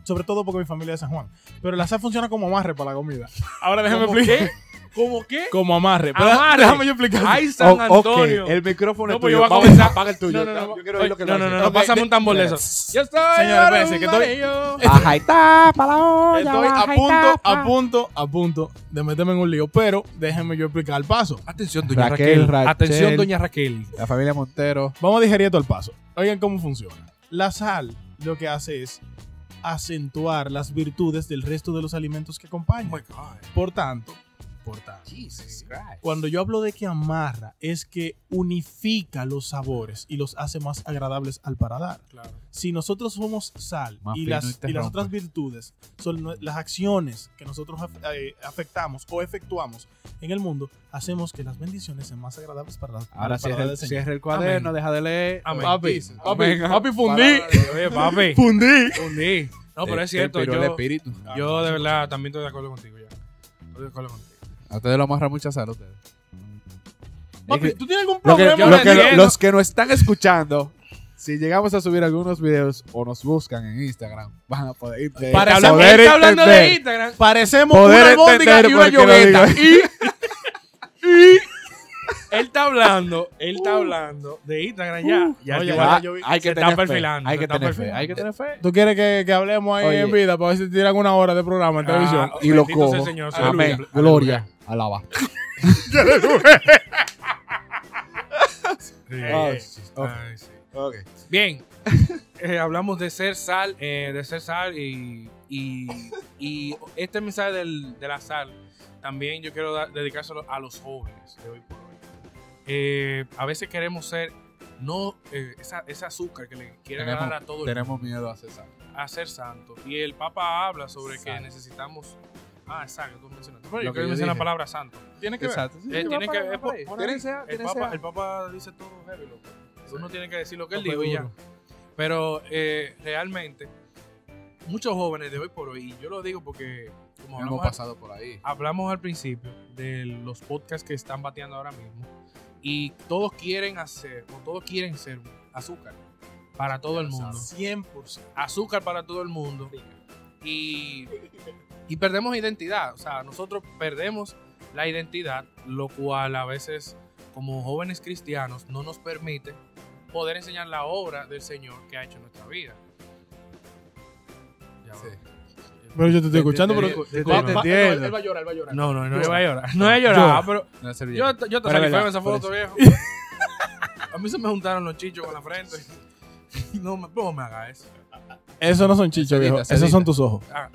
Speaker 4: Sobre todo porque mi familia es de San Juan. Pero la sal funciona como amarre para la comida. Ahora déjame
Speaker 3: ¿cómo
Speaker 4: explicar.
Speaker 3: qué? ¿Cómo qué?
Speaker 4: Como amarre. Pero
Speaker 3: Amarre.
Speaker 4: Déjame yo explicar.
Speaker 3: Ay, San
Speaker 2: O- ok,
Speaker 3: Antonio.
Speaker 2: El micrófono
Speaker 3: No,
Speaker 2: es
Speaker 3: pues
Speaker 2: tuyo.
Speaker 3: yo voy a
Speaker 2: Vamos,
Speaker 3: comenzar.
Speaker 2: apaga el tuyo.
Speaker 3: No, no, no.
Speaker 2: Yo quiero oír lo que
Speaker 3: no,
Speaker 2: lo
Speaker 3: no,
Speaker 2: dice.
Speaker 3: no, no,
Speaker 4: Ok,
Speaker 3: pásame
Speaker 4: de-
Speaker 3: un tambor de
Speaker 4: mira.
Speaker 3: esos. Yo estoy.
Speaker 4: Señores, espérense, que estoy- Eh,
Speaker 2: Ajá, está, para la olla,
Speaker 4: Estoy a
Speaker 2: ajá,
Speaker 4: punto,
Speaker 2: está,
Speaker 4: a
Speaker 2: pa.
Speaker 4: punto, a punto de meterme en un lío. Pero déjenme yo explicar el paso.
Speaker 3: Atención, doña
Speaker 2: Raquel,
Speaker 3: Raquel.
Speaker 2: Raquel.
Speaker 3: Atención, doña Raquel.
Speaker 2: La familia Montero.
Speaker 4: Vamos a digerir todo el paso. Oigan cómo funciona. La sal lo que hace es acentuar las virtudes del resto de los alimentos que acompañan.
Speaker 3: Oh God.
Speaker 4: Por tanto, por tanto.
Speaker 2: Jesus Christ.
Speaker 4: Cuando yo hablo de que amarra, es que unifica los sabores y los hace más agradables al paladar.
Speaker 3: Claro.
Speaker 4: Si nosotros somos sal
Speaker 2: Más
Speaker 4: y
Speaker 2: fino
Speaker 4: las,
Speaker 2: y te
Speaker 4: y las
Speaker 2: rompe.
Speaker 4: otras virtudes son nue- las acciones que nosotros af- eh, afectamos o efectuamos en el mundo, hacemos que las bendiciones sean más agradables para, las para
Speaker 2: Ahora cierra
Speaker 4: el
Speaker 2: el,
Speaker 4: Señor.
Speaker 2: cierra el cuaderno,
Speaker 3: Amén.
Speaker 2: deja de leer.
Speaker 3: Amén.
Speaker 4: Papi,
Speaker 3: Amén.
Speaker 4: papi, papi, fundí.
Speaker 2: Palabra de-
Speaker 3: Oye, papi.
Speaker 4: Fundí.
Speaker 3: Fundí. No, pero es cierto.
Speaker 2: Te inspiró el
Speaker 3: Yo,
Speaker 2: espíritu.
Speaker 3: yo de verdad también estoy de acuerdo contigo ya. Estoy de acuerdo contigo.
Speaker 2: A ustedes lo amarra mucha sal. a ustedes.
Speaker 4: Papi,
Speaker 2: Es que-
Speaker 4: ¿tú tienes algún
Speaker 2: Lo que-
Speaker 4: problema?
Speaker 3: yo
Speaker 2: lo
Speaker 3: no
Speaker 2: que-
Speaker 3: entiendo.
Speaker 2: los que nos están escuchando, si llegamos a subir algunos videos o nos buscan en Instagram, van a Eh, poder ir.
Speaker 4: Para
Speaker 3: Está
Speaker 4: poder
Speaker 3: hablando de
Speaker 2: entender.
Speaker 3: Instagram.
Speaker 4: Parecemos
Speaker 2: Poder
Speaker 4: una albóndiga
Speaker 2: entender
Speaker 4: y una
Speaker 2: por qué lo
Speaker 4: llogueta. Y,
Speaker 3: Él está hablando, él está hablando de Instagram ya. ya,
Speaker 4: Oye,
Speaker 3: ya,
Speaker 4: va,
Speaker 3: ya,
Speaker 4: yo vi-
Speaker 2: ah, hay que
Speaker 3: se
Speaker 2: tener
Speaker 3: está
Speaker 2: fe,
Speaker 3: perfilando,
Speaker 2: Hay
Speaker 3: se
Speaker 2: que
Speaker 3: está
Speaker 2: tener fe.
Speaker 3: perfilando.
Speaker 2: Hay que tener fe.
Speaker 4: ¿Tú quieres que, que hablemos ahí
Speaker 2: Oye.
Speaker 4: en vida para ver si tiran una hora de programa en
Speaker 3: Ah,
Speaker 4: televisión?
Speaker 3: ok.
Speaker 2: Y lo
Speaker 3: Bendito sea el
Speaker 2: cojo.
Speaker 3: Señor,
Speaker 2: Amén.
Speaker 3: aleluya,
Speaker 2: Gloria. Alaba.
Speaker 3: Sí,
Speaker 2: Ah,
Speaker 3: eh,
Speaker 2: sí,
Speaker 3: ay, sí.
Speaker 2: Ok.
Speaker 3: Bien, Eh, hablamos de ser sal, eh, de ser sal y, y, y este mensaje del- de la sal también yo quiero dar- dedicárselo a los jóvenes de hoy por hoy. Eh, a veces queremos ser, no, eh, esa, ese azúcar que le quiere
Speaker 2: Tenemos-
Speaker 3: agarrar a todo el
Speaker 2: Tenemos miedo a César.
Speaker 3: a ser santo. Y el Papa habla sobre que
Speaker 2: Sal.
Speaker 3: necesitamos. Ah, exacto, tú mencionaste.
Speaker 2: Lo
Speaker 3: Pero
Speaker 2: que
Speaker 3: yo quiero
Speaker 2: yo
Speaker 3: mencionar la
Speaker 2: dije.
Speaker 3: palabra santo.
Speaker 4: Tiene que ver.
Speaker 2: Exacto. Sí,
Speaker 3: Eh,
Speaker 2: sí, va
Speaker 3: tiene
Speaker 2: por
Speaker 3: que
Speaker 2: ahí,
Speaker 3: ver
Speaker 2: va por ahí.
Speaker 3: por- por ahí.
Speaker 2: Tiene sea,
Speaker 3: El
Speaker 2: tiene
Speaker 3: papa,
Speaker 2: sea.
Speaker 3: el Papa dice todo heavy, loco. Uno tiene que decir lo que él
Speaker 4: Tope
Speaker 3: dijo y ya.
Speaker 4: duro.
Speaker 3: Pero eh, realmente, muchos jóvenes de hoy por hoy, y yo lo digo porque, como
Speaker 2: Hemos
Speaker 3: hablamos,
Speaker 2: pasado por ahí.
Speaker 3: hablamos al principio de los podcasts que están bateando ahora mismo, y todos quieren hacer, o todos quieren ser azúcar para todo el mundo.
Speaker 4: 100%.
Speaker 3: Azúcar para todo el mundo. Y, y perdemos identidad. O sea, nosotros perdemos la identidad, lo cual a veces como jóvenes cristianos no nos permite poder enseñar la obra del Señor que ha hecho en nuestra vida. Ya va.
Speaker 2: Sí.
Speaker 4: Pero yo te estoy escuchando,
Speaker 2: te-
Speaker 4: pero
Speaker 2: te-
Speaker 4: tú-
Speaker 2: te-
Speaker 4: te-
Speaker 2: te-
Speaker 4: te
Speaker 2: va-
Speaker 4: entiendo.
Speaker 2: va a llorar, él va a llorar.
Speaker 3: No, no, no iba a llorar. No iba a llorar, pero
Speaker 2: No es servilleta.
Speaker 3: yo, yo te
Speaker 2: Pero
Speaker 3: salí
Speaker 2: es verdad,
Speaker 3: feo en esa
Speaker 2: por
Speaker 3: foto, viejo. A mí se me juntaron los chichos con la frente. No me, no me hagas eso.
Speaker 4: Esos no son chichos, viejo.
Speaker 2: Sedita,
Speaker 4: Esos son
Speaker 2: sedita.
Speaker 4: tus ojos.
Speaker 3: Ah.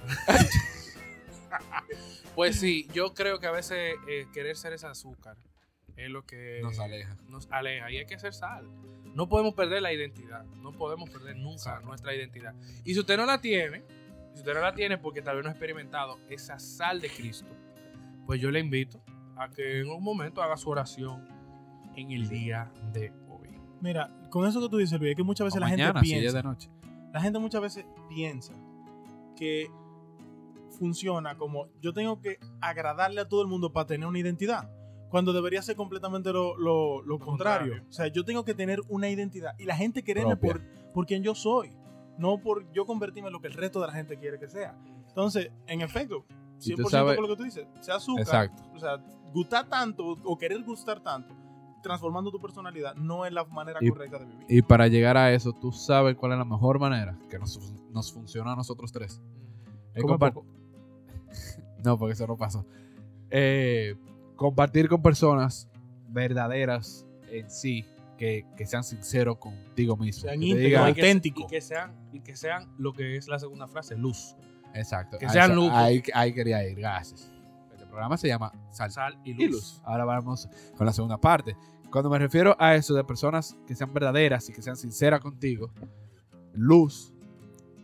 Speaker 3: pues sí, yo creo que a veces eh, querer ser ese azúcar es lo que
Speaker 2: Nos aleja. Pues
Speaker 3: nos aleja y hay que ser sal. No podemos perder la identidad, no podemos perder nunca nuestra identidad. Y si usted no la tiene, si usted no la tiene porque tal vez no ha experimentado esa sal de Cristo, pues yo le invito a que en un momento haga su oración en el día de hoy.
Speaker 4: Mira, con eso que tú dices, Luis, es que muchas veces
Speaker 2: O
Speaker 4: pues, la
Speaker 2: mañana,
Speaker 4: gente
Speaker 2: si ya es
Speaker 4: piensa.
Speaker 2: de noche.
Speaker 4: La gente muchas veces piensa que funciona como yo tengo que agradarle a todo el mundo para tener una identidad. Cuando debería ser completamente lo, lo- lo contrario.
Speaker 3: contrario.
Speaker 4: O sea, yo tengo que tener una identidad y la gente quererme
Speaker 2: Propia.
Speaker 4: por, por quien yo soy, no por yo convertirme en lo que el resto de la gente quiere que sea. Entonces, en efecto,
Speaker 2: Y
Speaker 4: 100%
Speaker 2: tú sabes-
Speaker 4: con lo que tú dices, sea azúcar,
Speaker 2: Exacto.
Speaker 4: o sea, gustar tanto o querer gustar tanto, transformando tu personalidad, no es la manera
Speaker 2: Y-
Speaker 4: correcta de vivir.
Speaker 3: Eh,
Speaker 2: Y para llegar a eso, tú sabes cuál es la mejor manera que nos, nos funciona a nosotros tres. Es
Speaker 4: Come
Speaker 2: compar- no, porque eso no pasó. Eh, compartir con personas verdaderas en sí, que, que sean sinceros contigo mismo.
Speaker 4: Sean
Speaker 2: Que te
Speaker 4: íntegros,
Speaker 2: digan-
Speaker 4: hay que- Auténtico.
Speaker 3: Y que sean, y que sean lo que es la segunda frase, luz,
Speaker 2: exacto.
Speaker 3: que
Speaker 2: a
Speaker 3: sean
Speaker 2: eso-
Speaker 3: lujos.
Speaker 2: Ahí, ahí quería ir, gracias. Este programa se llama Salsa
Speaker 3: sal y luz.
Speaker 2: y luz. Ahora vamos con la segunda parte. Cuando me refiero a eso de personas que sean verdaderas y que sean sinceras contigo, luz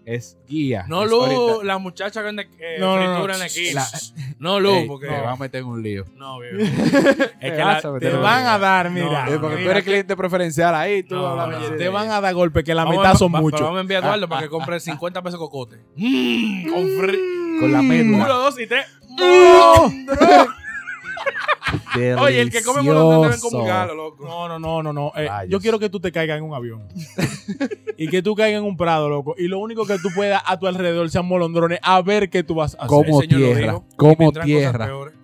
Speaker 2: es guía.
Speaker 3: No
Speaker 2: es
Speaker 3: Lu,
Speaker 2: orienta-
Speaker 3: la muchacha que vende eh,
Speaker 4: No, no,
Speaker 3: fritura
Speaker 4: no.
Speaker 3: en la esquina.
Speaker 2: La-
Speaker 3: No Lu,
Speaker 2: Ey,
Speaker 3: porque
Speaker 2: Te va a meter en un lío.
Speaker 3: no, viejo. es
Speaker 2: Pues Te
Speaker 3: que la-
Speaker 2: vas a meter
Speaker 4: Te
Speaker 2: en un
Speaker 4: van
Speaker 2: lío.
Speaker 4: a dar, mira.
Speaker 3: No,
Speaker 2: Eh, porque tú
Speaker 3: Ah, mira
Speaker 2: eres
Speaker 3: que-
Speaker 2: cliente preferencial ahí, tú
Speaker 3: No,
Speaker 2: hablas
Speaker 3: no,
Speaker 2: mierda.
Speaker 4: Te van a dar golpes que la
Speaker 3: Vamos a-
Speaker 4: mitad son
Speaker 3: va-
Speaker 4: muchos.
Speaker 3: Vamos a enviar a Eduardo para que compre 50 pesos de cocote. Mm, con fri-
Speaker 2: Con la
Speaker 4: Mm.
Speaker 3: Uno,
Speaker 2: médula.
Speaker 3: dos y tres. Mm.
Speaker 2: ¡Oh!
Speaker 3: Oye, el que come molón deben
Speaker 2: Delicioso.
Speaker 3: comulgarlo, loco.
Speaker 4: No, no, no, no, no. Eh,
Speaker 2: Rayos.
Speaker 4: yo quiero que tú te caigas en un avión. y que tú caigas en un prado, loco. Y lo único que tú puedas a tu alrededor sean molondrones a ver qué tú vas a hacer.
Speaker 2: Como
Speaker 3: El señor lo
Speaker 2: tierra,
Speaker 3: dijo,
Speaker 2: como
Speaker 3: y vendrán cosas
Speaker 2: tierra.
Speaker 3: peores.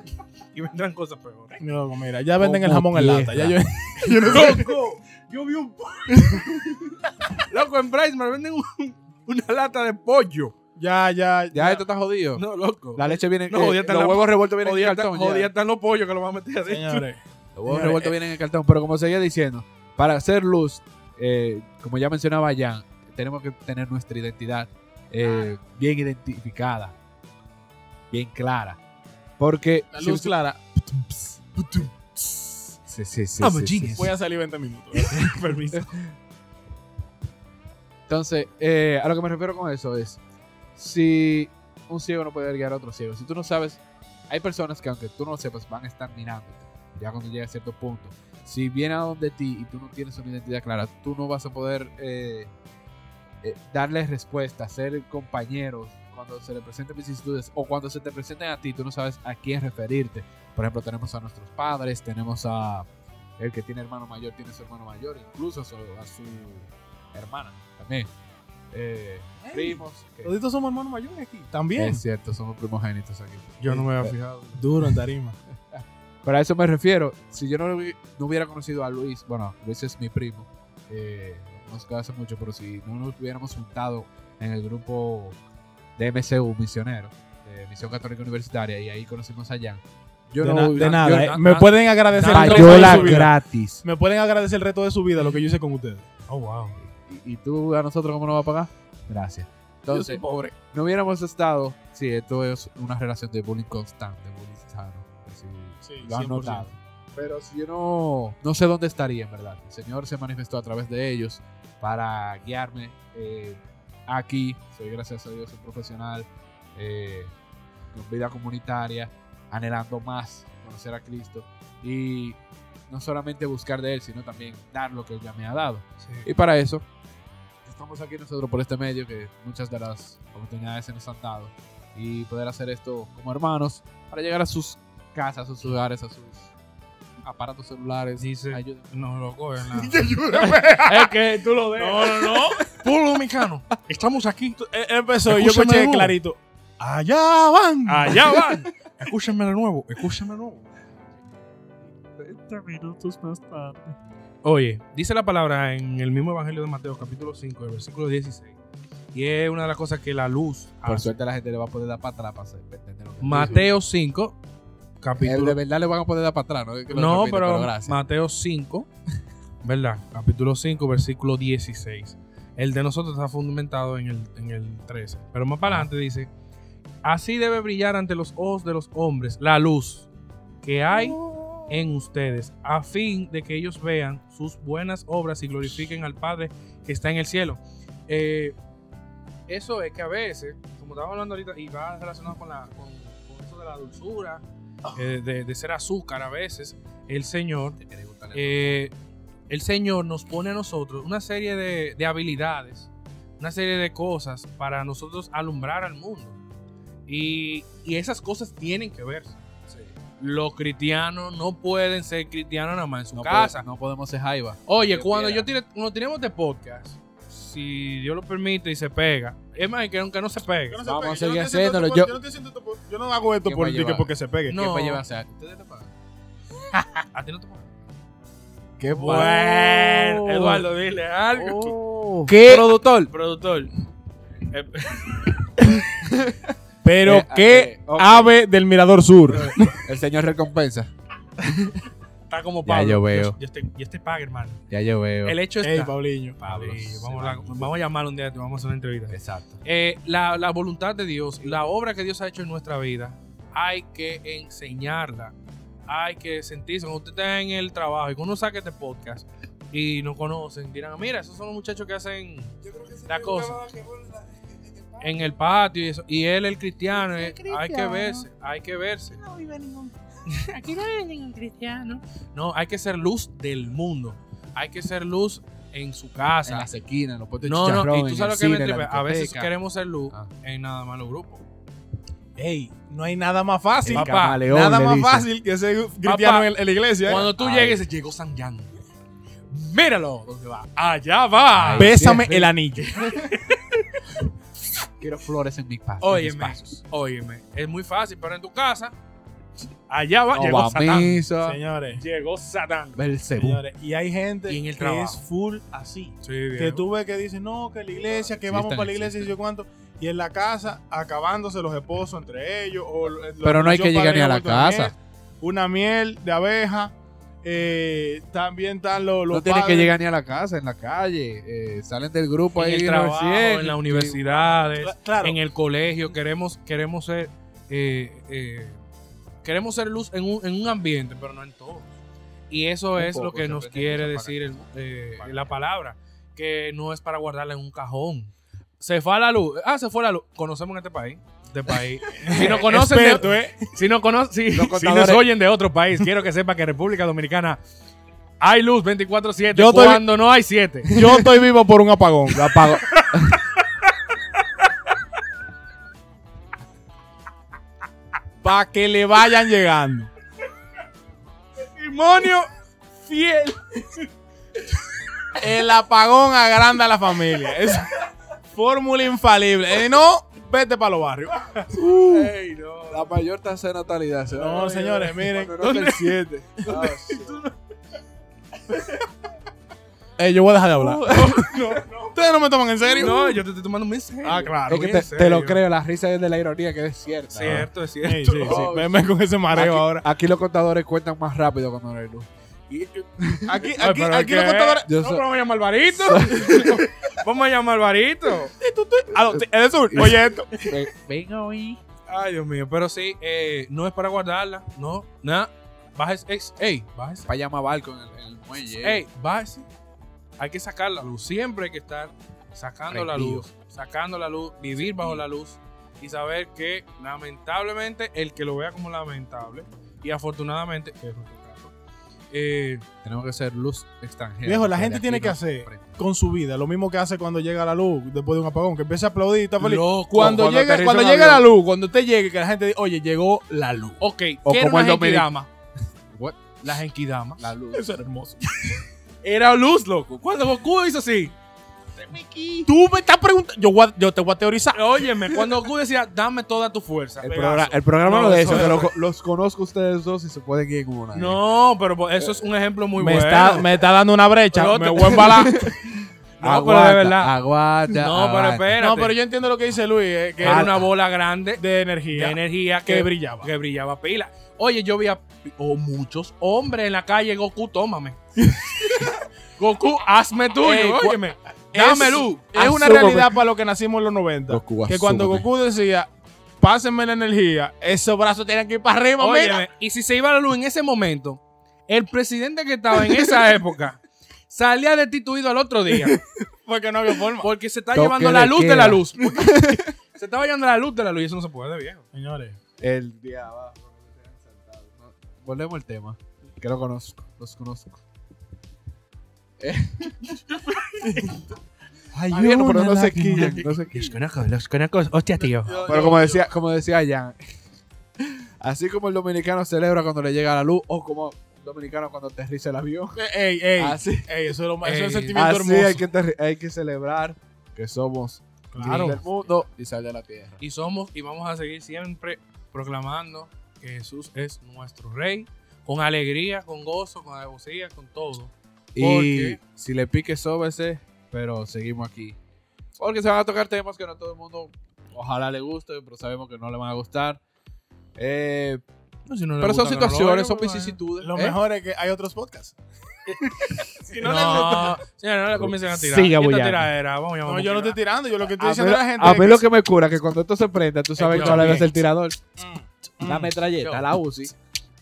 Speaker 3: y vendrán cosas peores.
Speaker 4: No, loco, mira, ya venden el
Speaker 2: Como
Speaker 4: jamón en lata. Ya yo,
Speaker 2: tierra.
Speaker 4: yo no sé.
Speaker 3: Loco, yo vi un. loco, en Price me venden un- una lata de pollo.
Speaker 4: Ya, ya,
Speaker 2: Ya esto está jodido.
Speaker 3: No, loco.
Speaker 2: La leche viene.
Speaker 3: No,
Speaker 2: eh,
Speaker 3: jodida está
Speaker 2: los
Speaker 3: la-
Speaker 2: huevos revueltos vienen
Speaker 3: Jodida
Speaker 2: en
Speaker 3: están
Speaker 2: cartón. ya.
Speaker 3: jodida están los pollos que lo van a meter adentro.
Speaker 4: Señores.
Speaker 2: Los huevos
Speaker 4: Señores,
Speaker 2: revueltos
Speaker 4: eh,
Speaker 2: vienen en el cartón. Pero como seguía diciendo, para hacer luz, eh, como ya mencionaba Jan, tenemos que tener nuestra identidad eh, bien identificada, bien clara. Porque.
Speaker 4: La
Speaker 2: si
Speaker 4: luz
Speaker 2: usted-
Speaker 4: clara.
Speaker 2: Sí, sí, sí,
Speaker 3: I'm a
Speaker 2: sí, sí,
Speaker 3: genius.
Speaker 2: sí.
Speaker 4: Voy a salir 20 minutos.
Speaker 3: Permiso.
Speaker 2: Entonces, eh, a lo que me refiero con eso es, si un ciego no puede guiar a otro ciego, si tú no sabes, hay personas que aunque tú no lo sepas, van a estar mirándote, ya cuando llega a cierto punto. Si viene a donde ti y tú no tienes una identidad clara, tú no vas a poder eh, eh, darle respuesta, ser compañeros. Cuando se le presenten vicisitudes o cuando se te presenten a ti, tú no sabes a quién referirte. Por ejemplo, tenemos a nuestros padres, tenemos a el que tiene hermano mayor, tiene su hermano mayor, incluso a su, a su hermana también. Eh,
Speaker 4: Ey,
Speaker 2: primos. que-
Speaker 4: Toditos somos hermanos mayores aquí. También.
Speaker 2: es cierto, somos primogénitos aquí. Eh,
Speaker 3: Yo no me había fijado.
Speaker 4: Duro en tarima.
Speaker 2: Pero a eso me refiero. Si yo no, lo hubi- no hubiera conocido a Luis, bueno, Luis es mi primo, eh, no nos hace mucho, pero si no nos hubiéramos juntado en el grupo de MCU, Misionero, de Misión Católica Universitaria, y ahí conocimos a Jan. Yo
Speaker 4: De,
Speaker 2: no
Speaker 4: na-
Speaker 2: hubiera-
Speaker 4: de
Speaker 2: yo-
Speaker 4: nada. eh.
Speaker 2: na-
Speaker 4: Me
Speaker 2: na-
Speaker 4: pueden agradecer el resto de
Speaker 1: Payola
Speaker 4: su vida.
Speaker 1: gratis.
Speaker 4: Me pueden agradecer el resto de su vida, lo que yo hice con ustedes. Oh, wow.
Speaker 2: y, y tú a nosotros, ¿cómo nos va a pagar? Gracias. Entonces,
Speaker 4: pobre.
Speaker 2: no hubiéramos estado si esto es una relación de bullying constante, bullying sano. así,
Speaker 4: Sí,
Speaker 2: lo han
Speaker 4: 100%.
Speaker 2: notado. Pero si yo no, no sé dónde estaría, en verdad. El Señor se manifestó a través de ellos para guiarme eh, aquí. Soy, gracias a Dios, un profesional eh, con vida comunitaria, anhelando más conocer a Cristo y no solamente buscar de Él, sino también dar lo que Él ya me ha dado. Y para eso, estamos aquí nosotros por este medio que muchas de las oportunidades se nos han dado y poder hacer esto como hermanos para llegar a sus casas, a sus hogares, a sus aparatos celulares.
Speaker 3: Dice-
Speaker 2: Ayúdenme.
Speaker 3: No lo cogen nada. es que tú lo dejas. No, no, no. Pueblo dominicano. Estamos aquí.
Speaker 4: Eh, Empezó, y yo
Speaker 3: Escúchame de
Speaker 4: escuché
Speaker 3: nuevo.
Speaker 4: clarito. Ah. Allá van.
Speaker 3: Allá van. Escúchame de nuevo. Escúchame de nuevo.
Speaker 5: 30 minutos más tarde.
Speaker 3: Oye, dice la palabra en el mismo Evangelio de Mateo, capítulo 5, el versículo 16. Y es una de las cosas que la luz
Speaker 2: Por
Speaker 3: hace.
Speaker 2: suerte la gente le va a poder dar para atrás para entender lo que
Speaker 3: ah, Mateo 5,
Speaker 2: dice. El de
Speaker 3: capítulo.
Speaker 2: verdad le van a poder dar para atrás, ¿no? Es que lo
Speaker 3: No,
Speaker 2: repito,
Speaker 3: pero
Speaker 2: gracias.
Speaker 3: Mateo 5, ¿verdad? Capítulo 5, versículo 16. El de nosotros está fundamentado en el, en el 13. Pero más para adelante dice: Así debe brillar ante los ojos de los hombres la luz que hay en ustedes, a fin de que ellos vean sus buenas obras y glorifiquen al Padre que está en el cielo. Eh, eso es que a veces, como estamos hablando ahorita, y va relacionado con, la, con, con eso de la dulzura, eh, de, de ser azúcar a veces, el Señor, eh, el Señor nos pone a nosotros una serie de, de habilidades, una serie de cosas para nosotros alumbrar al mundo. Y, y esas cosas tienen que verse. Los cristianos no pueden ser cristianos nada más en su
Speaker 2: no,
Speaker 3: casa.
Speaker 2: pode- no podemos ser jaiba.
Speaker 3: Oye,
Speaker 2: Yo
Speaker 3: cuando
Speaker 2: quiera.
Speaker 3: yo tire, cuando tiremos de podcast, si Dios lo permite y se pega, es más que aunque no se pegue.
Speaker 4: Yo no sé,
Speaker 2: Vamos
Speaker 4: porque
Speaker 2: a seguir
Speaker 4: yo no estoy haciendo
Speaker 2: haciéndolo,
Speaker 4: esto
Speaker 2: yo-
Speaker 4: por- Yo, no estoy haciendo esto por- yo no hago esto
Speaker 2: ¿Quién
Speaker 4: por
Speaker 2: va a
Speaker 4: ti que
Speaker 2: llevar?
Speaker 4: porque se pegue.
Speaker 3: No.
Speaker 2: ¿Qué va a llevarse? a- ¿Ustedes te pagan?
Speaker 3: A ti no te pagan. Oh.
Speaker 4: Qué
Speaker 3: Bueno, Eduardo, dile algo.
Speaker 2: Oh.
Speaker 4: Qué-
Speaker 2: Productor.
Speaker 3: Productor. Eh,
Speaker 4: Pero
Speaker 2: Eh,
Speaker 4: qué
Speaker 2: eh, ok.
Speaker 4: ave del Mirador Sur.
Speaker 2: El señor recompensa.
Speaker 3: Está como
Speaker 2: Ya
Speaker 3: Pablo.
Speaker 2: yo veo.
Speaker 3: Yo, yo te, yo te pago, hermano.
Speaker 2: Ya yo veo.
Speaker 3: El hecho
Speaker 4: Ey,
Speaker 3: está.
Speaker 4: Paulinho.
Speaker 3: Pablo,
Speaker 2: se
Speaker 3: vamos, a,
Speaker 2: va.
Speaker 3: hablar- vamos a llamar un día, te vamos a hacer una entrevista.
Speaker 2: Exacto.
Speaker 3: Eh, la, la voluntad de Dios, la obra que Dios ha hecho en nuestra vida, hay que enseñarla. Hay que sentirse. Cuando usted está en el trabajo y cuando uno saque este podcast y no conocen, dirán, mira, esos son los muchachos que hacen la cosa. En el patio y eso. Y él, el cristiano, eh, hay que verse, hay que verse.
Speaker 5: No vive ningún. Aquí no vive ningún cristiano.
Speaker 3: No, hay que ser luz del mundo. Hay que ser luz en su casa.
Speaker 2: en las esquinas, en los puestos de
Speaker 3: no,
Speaker 2: chicharrón,
Speaker 3: no, y
Speaker 2: en
Speaker 3: tú
Speaker 2: el
Speaker 3: sabes lo que me
Speaker 2: cine, en la
Speaker 3: tripea. A veces
Speaker 2: discoteca.
Speaker 3: queremos ser luz
Speaker 2: Ah.
Speaker 3: en nada más los grupos.
Speaker 4: Ey, no hay nada más fácil.
Speaker 3: Papá,
Speaker 2: camaleón,
Speaker 4: nada
Speaker 2: le
Speaker 4: más
Speaker 2: dicen.
Speaker 4: fácil que ser cristiano
Speaker 3: Papá,
Speaker 4: en, en la iglesia. ¿eh?
Speaker 3: Cuando tú
Speaker 2: Ay.
Speaker 3: llegues, llegó San Jan. Míralo, ¿dónde va? Allá va.
Speaker 2: Ay.
Speaker 4: Bésame
Speaker 2: siempre-
Speaker 4: el anillo.
Speaker 2: Quiero flores en mis pasos.
Speaker 3: Óyeme.
Speaker 2: en mis pasos.
Speaker 3: Óyeme, es muy fácil, pero en tu casa, allá va.
Speaker 2: No
Speaker 3: llegó
Speaker 2: va a
Speaker 3: Satán.
Speaker 2: misa.
Speaker 4: Señores,
Speaker 3: Llegó Satán.
Speaker 2: Belcebú.
Speaker 4: señores. Y hay gente
Speaker 3: Y en el
Speaker 4: que
Speaker 3: trabajo.
Speaker 4: es full así.
Speaker 3: Sí, bien.
Speaker 4: Que tú ves que dicen, no, que la iglesia, que
Speaker 2: Sí,
Speaker 4: vamos
Speaker 2: están,
Speaker 4: para la iglesia y
Speaker 2: existen.
Speaker 4: yo cuánto. Y en la casa, acabándose los esposos entre ellos. o lo- lo-
Speaker 2: Pero no hay que
Speaker 4: yo
Speaker 2: llegar ni a la
Speaker 4: padre, abuelo,
Speaker 2: casa.
Speaker 4: Una miel de abeja. eh, también están los, los
Speaker 2: No tienen que
Speaker 4: padres.
Speaker 2: llegar ni a la casa, en la calle. eh, salen del grupo
Speaker 3: En
Speaker 2: ahí.
Speaker 3: el
Speaker 2: no
Speaker 3: trabajo,
Speaker 2: recién.
Speaker 3: en las universidades,
Speaker 4: Cla- Claro,
Speaker 3: en el colegio. Queremos, queremos ser. eh, eh, queremos ser luz en un, en un ambiente, pero no en todo. Y eso
Speaker 2: Un
Speaker 3: es lo
Speaker 2: poco,
Speaker 3: que
Speaker 2: se
Speaker 3: nos
Speaker 2: aprende
Speaker 3: quiere
Speaker 2: mucho para
Speaker 3: decir el- eh,
Speaker 2: para
Speaker 3: la palabra, que no es para guardarla en un cajón. Se fue a la luz. Ah, se fue a la luz. Conocemos en este país. Este país. Si no conocen, de-
Speaker 4: experto, ¿eh?
Speaker 3: si no conocen, si, si nos
Speaker 2: contadores.
Speaker 3: oyen de otro país, quiero que sepa que República Dominicana hay luz 24/7
Speaker 4: Yo estoy-
Speaker 3: cuando no hay 7.
Speaker 4: Yo estoy vivo por un apagón.
Speaker 2: Lo apago.
Speaker 4: Para que le vayan llegando.
Speaker 3: Testimonio fiel.
Speaker 4: El apagón agranda a la familia. Es fórmula infalible. Eh, no, vete para los barrios.
Speaker 3: Ey, no.
Speaker 2: la mayor tasa de natalidad. se va a
Speaker 4: No,
Speaker 2: ver
Speaker 4: señores,
Speaker 2: cuando
Speaker 4: miren.
Speaker 2: no
Speaker 4: ¿Dónde?
Speaker 2: te-
Speaker 4: El 7.
Speaker 2: Ah, sí.
Speaker 4: Eh, yo voy a dejar de
Speaker 2: Uh,
Speaker 4: hablar. Ustedes no me toman en serio.
Speaker 3: No, yo te estoy tomando muy en serio.
Speaker 4: Ah, claro.
Speaker 2: Es que
Speaker 3: en
Speaker 2: te, te
Speaker 3: serio.
Speaker 2: lo creo, la risa es de la ironía que es cierta.
Speaker 3: Cierto, es cierto.
Speaker 4: Ey, sí, sí. Venme con ese mareo
Speaker 2: Aquí-
Speaker 4: ahora.
Speaker 2: Aquí los contadores cuentan más rápido cuando no hay luz.
Speaker 4: Aquí,
Speaker 3: Ay,
Speaker 4: aquí,
Speaker 3: pero
Speaker 4: aquí
Speaker 3: ¿qué?
Speaker 4: los contadores.
Speaker 2: Yo
Speaker 3: No,
Speaker 2: so-
Speaker 3: pero vamos a llamar a Alvarito. vamos a llamar a Alvarito.
Speaker 4: Ah, no, sí, es de sur. Oye, esto.
Speaker 1: Venga hoy.
Speaker 3: Ay, Dios mío. Pero sí, eh, no es para guardarla. No, nada. Bájese. ex- Ey, bájese.
Speaker 2: Para llamar a barco en el, en el muelle.
Speaker 3: Ey, bájese. Hay que sacar la luz. Siempre hay que estar sacando la
Speaker 2: Prendido.
Speaker 3: luz. Sacando la luz. Vivir bajo la luz. Y saber que, lamentablemente, el que lo vea como lamentable. Y afortunadamente, que es nuestro caso. eh,
Speaker 2: Tenemos que ser luz extranjera.
Speaker 4: Viejo, la
Speaker 2: porque
Speaker 4: gente
Speaker 2: de
Speaker 4: tiene
Speaker 2: aquí
Speaker 4: que
Speaker 2: no
Speaker 4: hacer
Speaker 2: prende.
Speaker 4: con su vida lo mismo que hace cuando llega la luz después de un apagón, que empieza a aplaudir y está feliz.
Speaker 3: loco,
Speaker 4: cuando llega,
Speaker 3: aterriza
Speaker 4: cuando
Speaker 3: un
Speaker 4: llega
Speaker 3: avión.
Speaker 4: la luz, cuando usted llegue, que la gente dice, oye, llegó la luz.
Speaker 3: Ok,
Speaker 2: O
Speaker 3: ¿qué era
Speaker 2: como
Speaker 3: una
Speaker 2: el dominic-
Speaker 3: genkidama?
Speaker 2: What?
Speaker 3: Las genkidamas.
Speaker 2: La luz.
Speaker 4: Eso era hermoso.
Speaker 3: Era luz, loco. Cuando Goku hizo así.
Speaker 4: Tú me estás preguntando. Yo, voy a- yo te voy a teorizar.
Speaker 3: Óyeme, cuando Goku decía, dame toda tu fuerza.
Speaker 2: El,
Speaker 3: Pegaso.
Speaker 2: progra- el programa
Speaker 3: No,
Speaker 2: lo de
Speaker 3: eso
Speaker 2: eso, que
Speaker 3: es-
Speaker 2: lo co- los conozco ustedes dos y se pueden ir como una.
Speaker 3: No, pero pues, eso es un ejemplo muy
Speaker 4: me,
Speaker 3: bueno.
Speaker 4: está, me está dando una brecha.
Speaker 3: Pero
Speaker 4: me
Speaker 3: te-
Speaker 4: voy a embalar.
Speaker 3: No, pero de verdad.
Speaker 2: Aguanta.
Speaker 3: no, pero
Speaker 2: aguanta.
Speaker 3: espérate.
Speaker 4: Ah, no, pero yo entiendo lo que dice Luis, eh, que
Speaker 3: Era
Speaker 4: era
Speaker 3: una
Speaker 4: una
Speaker 3: bola grande de,
Speaker 4: de energía.
Speaker 3: energía que,
Speaker 4: que brillaba.
Speaker 3: Que brillaba pila. Oye, yo vi a o muchos hombres en la calle. Goku, tómame. Goku, hazme tuyo.
Speaker 4: Ey, cu-
Speaker 3: óyeme. Dame
Speaker 4: es,
Speaker 3: luz.
Speaker 4: Es una
Speaker 2: Asúmame.
Speaker 4: realidad para los que nacimos en los 90.
Speaker 2: Goku,
Speaker 4: que cuando
Speaker 2: asúmame.
Speaker 4: Goku decía, pásenme la energía, esos brazos tenían que ir para arriba, mira.
Speaker 3: Óyeme, y si se iba la luz en ese momento, el presidente que estaba en esa época salía destituido al otro día.
Speaker 4: Porque no había forma.
Speaker 3: Porque se está
Speaker 2: Toque
Speaker 3: llevando la
Speaker 2: de
Speaker 3: luz de
Speaker 2: queda.
Speaker 3: la luz. Porque se estaba llevando la luz de la luz y eso no se puede, viejo.
Speaker 4: Señores,
Speaker 2: El día abajo. Volvemos al tema. Que lo conozco. Los conozco. Ay,
Speaker 4: bueno, pero no se quilla,
Speaker 2: No se quilla.
Speaker 1: Los conozco, los conozco. Hostia, tío.
Speaker 2: Pero como decía, como decía Jan, así como el dominicano celebra cuando le llega la luz, o como el dominicano cuando aterriza el avión,
Speaker 4: ey, ey,
Speaker 2: así,
Speaker 4: ey, eso es, lo más- eso es
Speaker 2: Eh, ah,
Speaker 3: Ey,
Speaker 4: un sentimiento
Speaker 2: así
Speaker 4: hermoso.
Speaker 2: hay, que aterri- hay que celebrar que somos
Speaker 4: Claro.
Speaker 2: luz del mundo y sal de la tierra.
Speaker 3: Y somos y vamos a seguir siempre proclamando que Jesús es nuestro rey. Con alegría, con gozo, con alevosía, con todo.
Speaker 2: Y
Speaker 3: Porque-
Speaker 2: si le pique, sóbese, pero seguimos aquí. Porque se van a tocar temas que no todo el mundo, ojalá le guste, pero sabemos que no le van a gustar. Eh,
Speaker 3: No, si no le
Speaker 2: pero son
Speaker 3: gusta que no lo oiga,
Speaker 2: situaciones, son
Speaker 3: pues,
Speaker 2: vicisitudes.
Speaker 4: Lo
Speaker 2: ¿eh?
Speaker 4: mejor es que hay otros podcasts.
Speaker 3: bueno. No, señora, no le comiencen a tirar.
Speaker 1: Siga
Speaker 3: Esta
Speaker 1: bullando.
Speaker 3: tiradera, vamos a llamar
Speaker 4: No,
Speaker 3: a
Speaker 4: yo no
Speaker 3: Mukibra.
Speaker 4: estoy tirando, yo lo que estoy
Speaker 2: A mí,
Speaker 4: diciendo a la gente.
Speaker 2: a
Speaker 4: es
Speaker 2: mí
Speaker 4: que-
Speaker 2: lo que me cura que cuando esto se prenda, tú sabes
Speaker 3: Escucha
Speaker 2: cuál
Speaker 3: bien.
Speaker 2: es el tirador. La
Speaker 3: Mm,
Speaker 2: metralleta,
Speaker 3: yo.
Speaker 2: la UCI.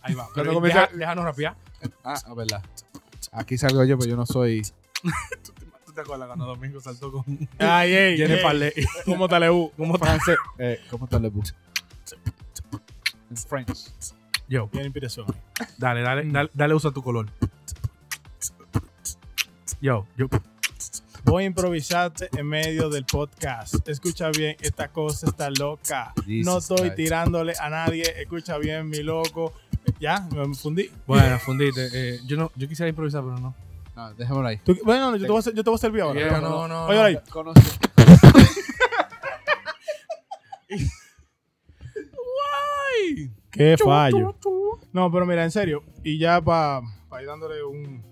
Speaker 3: Ahí va.
Speaker 2: Cuando
Speaker 3: Pero
Speaker 2: comienza-
Speaker 3: deja- déjanos rapear.
Speaker 2: Ah, es verdad. Aquí salgo yo, pero yo no soy.
Speaker 3: ¿Tú te acuerdas cuando Domingo saltó con
Speaker 4: Ay, ey,
Speaker 3: Jenny
Speaker 4: ey.
Speaker 3: Parley?
Speaker 4: ¿Cómo tal EU? ¿Cómo tal?
Speaker 2: Eh, ¿Cómo te le puse? En French.
Speaker 3: Yo,
Speaker 4: Tiene inspiración.
Speaker 3: dale, dale, dale, dale uso a tu color. Yo, yo.
Speaker 4: Voy a improvisarte en medio del podcast. Escucha bien, esta cosa está loca. no
Speaker 2: Jesus
Speaker 4: estoy
Speaker 2: Christ.
Speaker 4: tirándole a nadie. Escucha bien, mi loco. Ya, me fundí.
Speaker 3: Bueno, fundite. eh, yo, no, yo quisiera improvisar, pero no.
Speaker 2: No, déjamelo ahí.
Speaker 4: Tú- bueno, yo te, voy a, ser- yo te voy a servir ahora.
Speaker 3: Yeah, no, no,
Speaker 4: Oye,
Speaker 3: no.
Speaker 4: ahí.
Speaker 2: Conozco.
Speaker 4: Qué fallo. No, pero mira, en serio. Y ya para ir dándole un-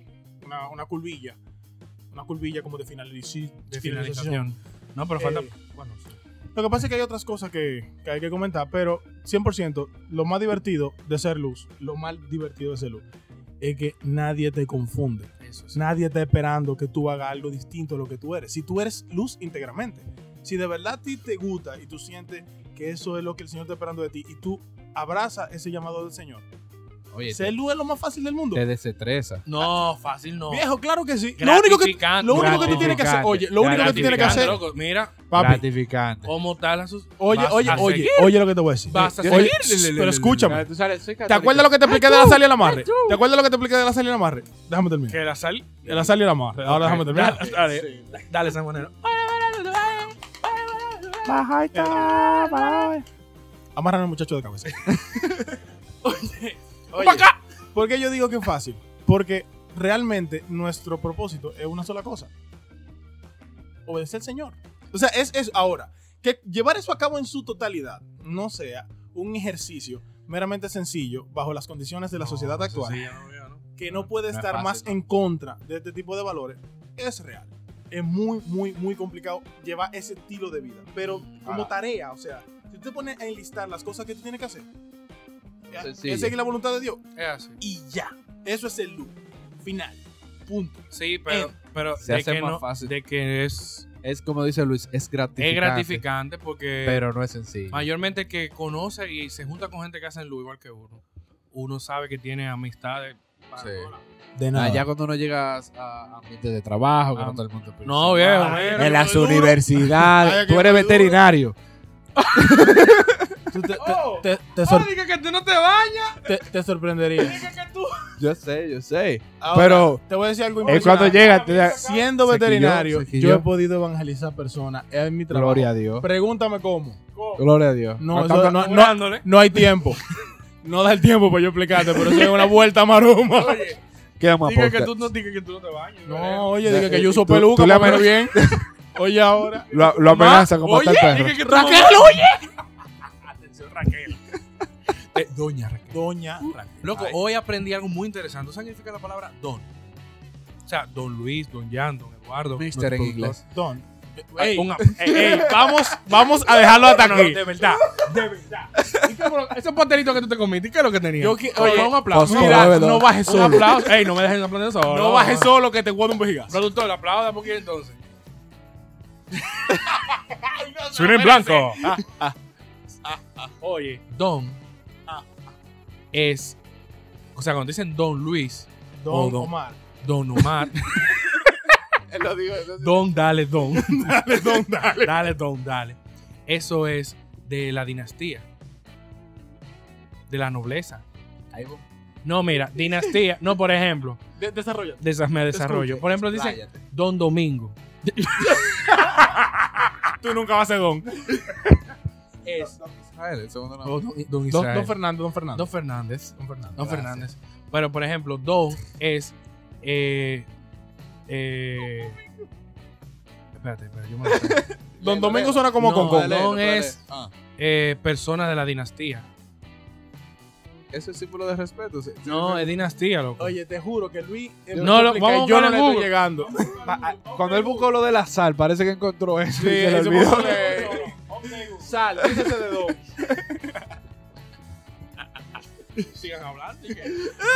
Speaker 4: una, una curvilla. Una curvilla como de, finalici-
Speaker 3: De finalización. No, pero falta. Bueno, sí.
Speaker 4: Lo que pasa es que hay otras cosas que, que hay que comentar, pero 100%, lo más divertido de ser luz, lo más divertido de ser luz, es que nadie te confunde.
Speaker 3: Eso es.
Speaker 4: Nadie está esperando que tú hagas algo distinto a lo que tú eres. Si tú eres luz íntegramente, si de verdad a ti te gusta y tú sientes que eso es lo que el Señor está esperando de ti y tú abrazas ese llamado del Señor,
Speaker 2: Oye,
Speaker 4: ser
Speaker 2: te,
Speaker 4: luz es lo más fácil del mundo.
Speaker 2: te desestresa.
Speaker 3: No, fácil no.
Speaker 4: Viejo, claro que sí. Lo único que,
Speaker 3: Eh, Gratificante,
Speaker 4: lo único que tú tienes que hacer,
Speaker 2: gratificante,
Speaker 4: oye, lo único que tú tienes que hacer,
Speaker 3: Loco, mira
Speaker 4: papi,
Speaker 2: Gratificante.
Speaker 3: cómo tal a sus.
Speaker 4: oye,
Speaker 3: vas
Speaker 4: oye,
Speaker 3: a
Speaker 4: oye,
Speaker 3: seguir.
Speaker 4: oye lo que te voy a decir.
Speaker 3: Vas a
Speaker 4: Oye,
Speaker 3: seguir.
Speaker 4: shh, pero escúchame.
Speaker 2: Tú sales, soy
Speaker 4: ¿Te
Speaker 2: católico.
Speaker 4: acuerdas lo que te expliqué de la salida al amarre? ¿Te acuerdas lo que te expliqué de la salida al amarre? Déjame terminar.
Speaker 3: Que la sal.
Speaker 4: De la salida al amarre. Ahora déjame terminar.
Speaker 3: Dale, dale, dale, Sanjuanero.
Speaker 4: Amarran al muchacho de cabeza.
Speaker 3: Oye. ¡Pa' acá!
Speaker 4: ¿Por qué yo digo que es fácil? Porque realmente nuestro propósito es una sola cosa. Obedecer al Señor. O sea, es, es ahora. Que llevar eso a cabo en su totalidad no sea un ejercicio meramente sencillo bajo las condiciones de la
Speaker 3: No,
Speaker 4: sociedad
Speaker 3: eso
Speaker 4: actual
Speaker 3: sí, ya no veo, ¿no?
Speaker 4: que no puede
Speaker 2: No es
Speaker 4: estar
Speaker 2: fácil,
Speaker 4: más
Speaker 2: ¿no?
Speaker 4: en contra de este tipo de valores es real. Es muy, muy, muy complicado llevar ese estilo de vida. Pero como
Speaker 2: Ahora.
Speaker 4: tarea, o sea, si tú te pones a enlistar las cosas que tú tienes que hacer, ya,
Speaker 2: Sencillo.
Speaker 4: es seguir la voluntad de Dios
Speaker 3: Es así.
Speaker 4: y ya. Eso es el loop final. Punto.
Speaker 3: Sí, pero,
Speaker 4: Eh,
Speaker 3: pero
Speaker 2: se
Speaker 3: de,
Speaker 2: hace
Speaker 3: que
Speaker 2: más
Speaker 3: no-
Speaker 2: fácil.
Speaker 3: de que es,
Speaker 2: Es como dice Luis, es gratificante.
Speaker 3: es gratificante porque
Speaker 2: Pero no es sencillo.
Speaker 3: mayormente que conoce y se junta con gente que hace lo igual que uno. Uno sabe que tiene amistades. para
Speaker 2: Sí.
Speaker 3: todos lados.
Speaker 4: De
Speaker 2: Allá cuando no llegas a ambientes de trabajo, que
Speaker 3: Ah,
Speaker 2: no todo el mundo piensa.
Speaker 3: No, viejo.
Speaker 4: Ah,
Speaker 3: mira,
Speaker 2: En las
Speaker 4: Ay, duro. Ay,
Speaker 2: universidades.
Speaker 4: que
Speaker 2: Tú eres
Speaker 4: duro.
Speaker 2: veterinario.
Speaker 4: Tú te,
Speaker 3: Oh.
Speaker 4: te- te
Speaker 3: Ah,
Speaker 4: sor-
Speaker 3: dije que tú no te bañas.
Speaker 4: te- te sorprenderías.
Speaker 3: dije que tú-
Speaker 2: Yo sé, yo sé.
Speaker 4: Ahora,
Speaker 2: Pero-
Speaker 4: te voy a decir algo
Speaker 2: Es cuando
Speaker 4: impresionante.
Speaker 2: llegas, te da-
Speaker 4: Siendo
Speaker 2: Se quilló,
Speaker 4: veterinario,
Speaker 2: se quilló.
Speaker 4: yo he podido evangelizar personas. Es mi trabajo.
Speaker 2: Gloria a Dios.
Speaker 4: Pregúntame cómo.
Speaker 2: Gloria a Dios.
Speaker 4: No,
Speaker 2: está-
Speaker 4: eso no-
Speaker 3: Orándole.
Speaker 4: No hay tiempo. No da el tiempo para yo explicarte, pero eso es una vuelta maroma.
Speaker 3: Oye,
Speaker 2: quedamos a
Speaker 3: dije que
Speaker 2: podcast.
Speaker 3: tú no, dije que tú no te bañas.
Speaker 4: No,
Speaker 3: ¿verdad?
Speaker 4: oye, dije
Speaker 2: Eh,
Speaker 4: que yo uso
Speaker 2: tú-
Speaker 4: peluca,
Speaker 2: tú le
Speaker 4: pero bien. Oye, ahora.
Speaker 2: Lo, lo amenaza con
Speaker 3: Ma,
Speaker 2: matar
Speaker 3: oye,
Speaker 2: perro.
Speaker 3: dije que tú no-
Speaker 4: Raquel, oye.
Speaker 3: Atención, Raquel. Eh, doña Raquel.
Speaker 4: Doña Raquel.
Speaker 3: Loco,
Speaker 4: Ay,
Speaker 3: hoy aprendí algo muy interesante. ¿Qué significa la palabra don? O sea, don Luis, don Jan, don Eduardo.
Speaker 2: Mister en
Speaker 3: nuestro
Speaker 2: inglés.
Speaker 4: Don. Eh,
Speaker 3: doctor. Ay,
Speaker 4: ey,
Speaker 3: un ap- ey, ey,
Speaker 4: vamos, vamos a dejarlo hasta
Speaker 3: no, no,
Speaker 4: aquí.
Speaker 3: de verdad, de verdad. ¿Y qué fue lo- esos pastelitos que tú te comiste, ¿qué es lo que tenías?
Speaker 4: Yo qui-
Speaker 3: Oye,
Speaker 4: oye,
Speaker 3: un aplauso.
Speaker 2: Costco,
Speaker 4: Mira,
Speaker 2: bébelo.
Speaker 4: no bajes
Speaker 3: un
Speaker 4: solo.
Speaker 3: aplauso. Ey, no me dejen aplaudir eso ahora.
Speaker 4: No bajes solo que te guardo un vejigazo.
Speaker 3: Productor, aplauda porque entonces.
Speaker 4: Suena en blanco.
Speaker 3: Oye, Ah. don es. O sea, cuando dicen don Luis,
Speaker 4: Oh, Don
Speaker 3: Don.
Speaker 4: Omar.
Speaker 3: don Omar,
Speaker 2: Él lo dijo, eso sí.
Speaker 3: don, dale, don.
Speaker 4: Dale, don, dale.
Speaker 3: Dale, Don, dale. Eso es de la dinastía. De la nobleza.
Speaker 2: Ahí va.
Speaker 3: No, mira, dinastía. No, por ejemplo,
Speaker 4: De- desarrolla.
Speaker 3: de esas me desarrollo. Por ejemplo, dice
Speaker 2: Expláyate.
Speaker 3: Don Domingo.
Speaker 4: Tú nunca vas a ser don.
Speaker 3: Es
Speaker 2: Israel, el segundo nombre.
Speaker 3: Don, don
Speaker 4: Don,
Speaker 3: Israel.
Speaker 4: don Fernando, don Fernando.
Speaker 3: Don Fernández. Don Fernández.
Speaker 2: Gracias.
Speaker 3: Pero, por ejemplo, Don es. eh, eh, espérate, espérate, yo me lo sé.
Speaker 4: Don Domingo suena como
Speaker 3: No,
Speaker 4: con
Speaker 3: dale. Don es-
Speaker 2: Ah,
Speaker 3: Eh, Persona de la dinastía.
Speaker 2: eso es símbolo de respeto. sí.
Speaker 3: No, es dinastía, loco.
Speaker 4: Oye, te juro que Luis.
Speaker 3: No, lo- vamos a
Speaker 4: yo no
Speaker 3: buscarlo en
Speaker 4: le estoy
Speaker 3: Google.
Speaker 4: llegando.
Speaker 2: Pa- ah, Cuando él buscó lo de la sal, parece que encontró eso.
Speaker 4: Sí,
Speaker 2: y se le
Speaker 4: eso
Speaker 2: olvidó.
Speaker 4: fue- Sal, fíjese de dos.
Speaker 3: sigan hablando.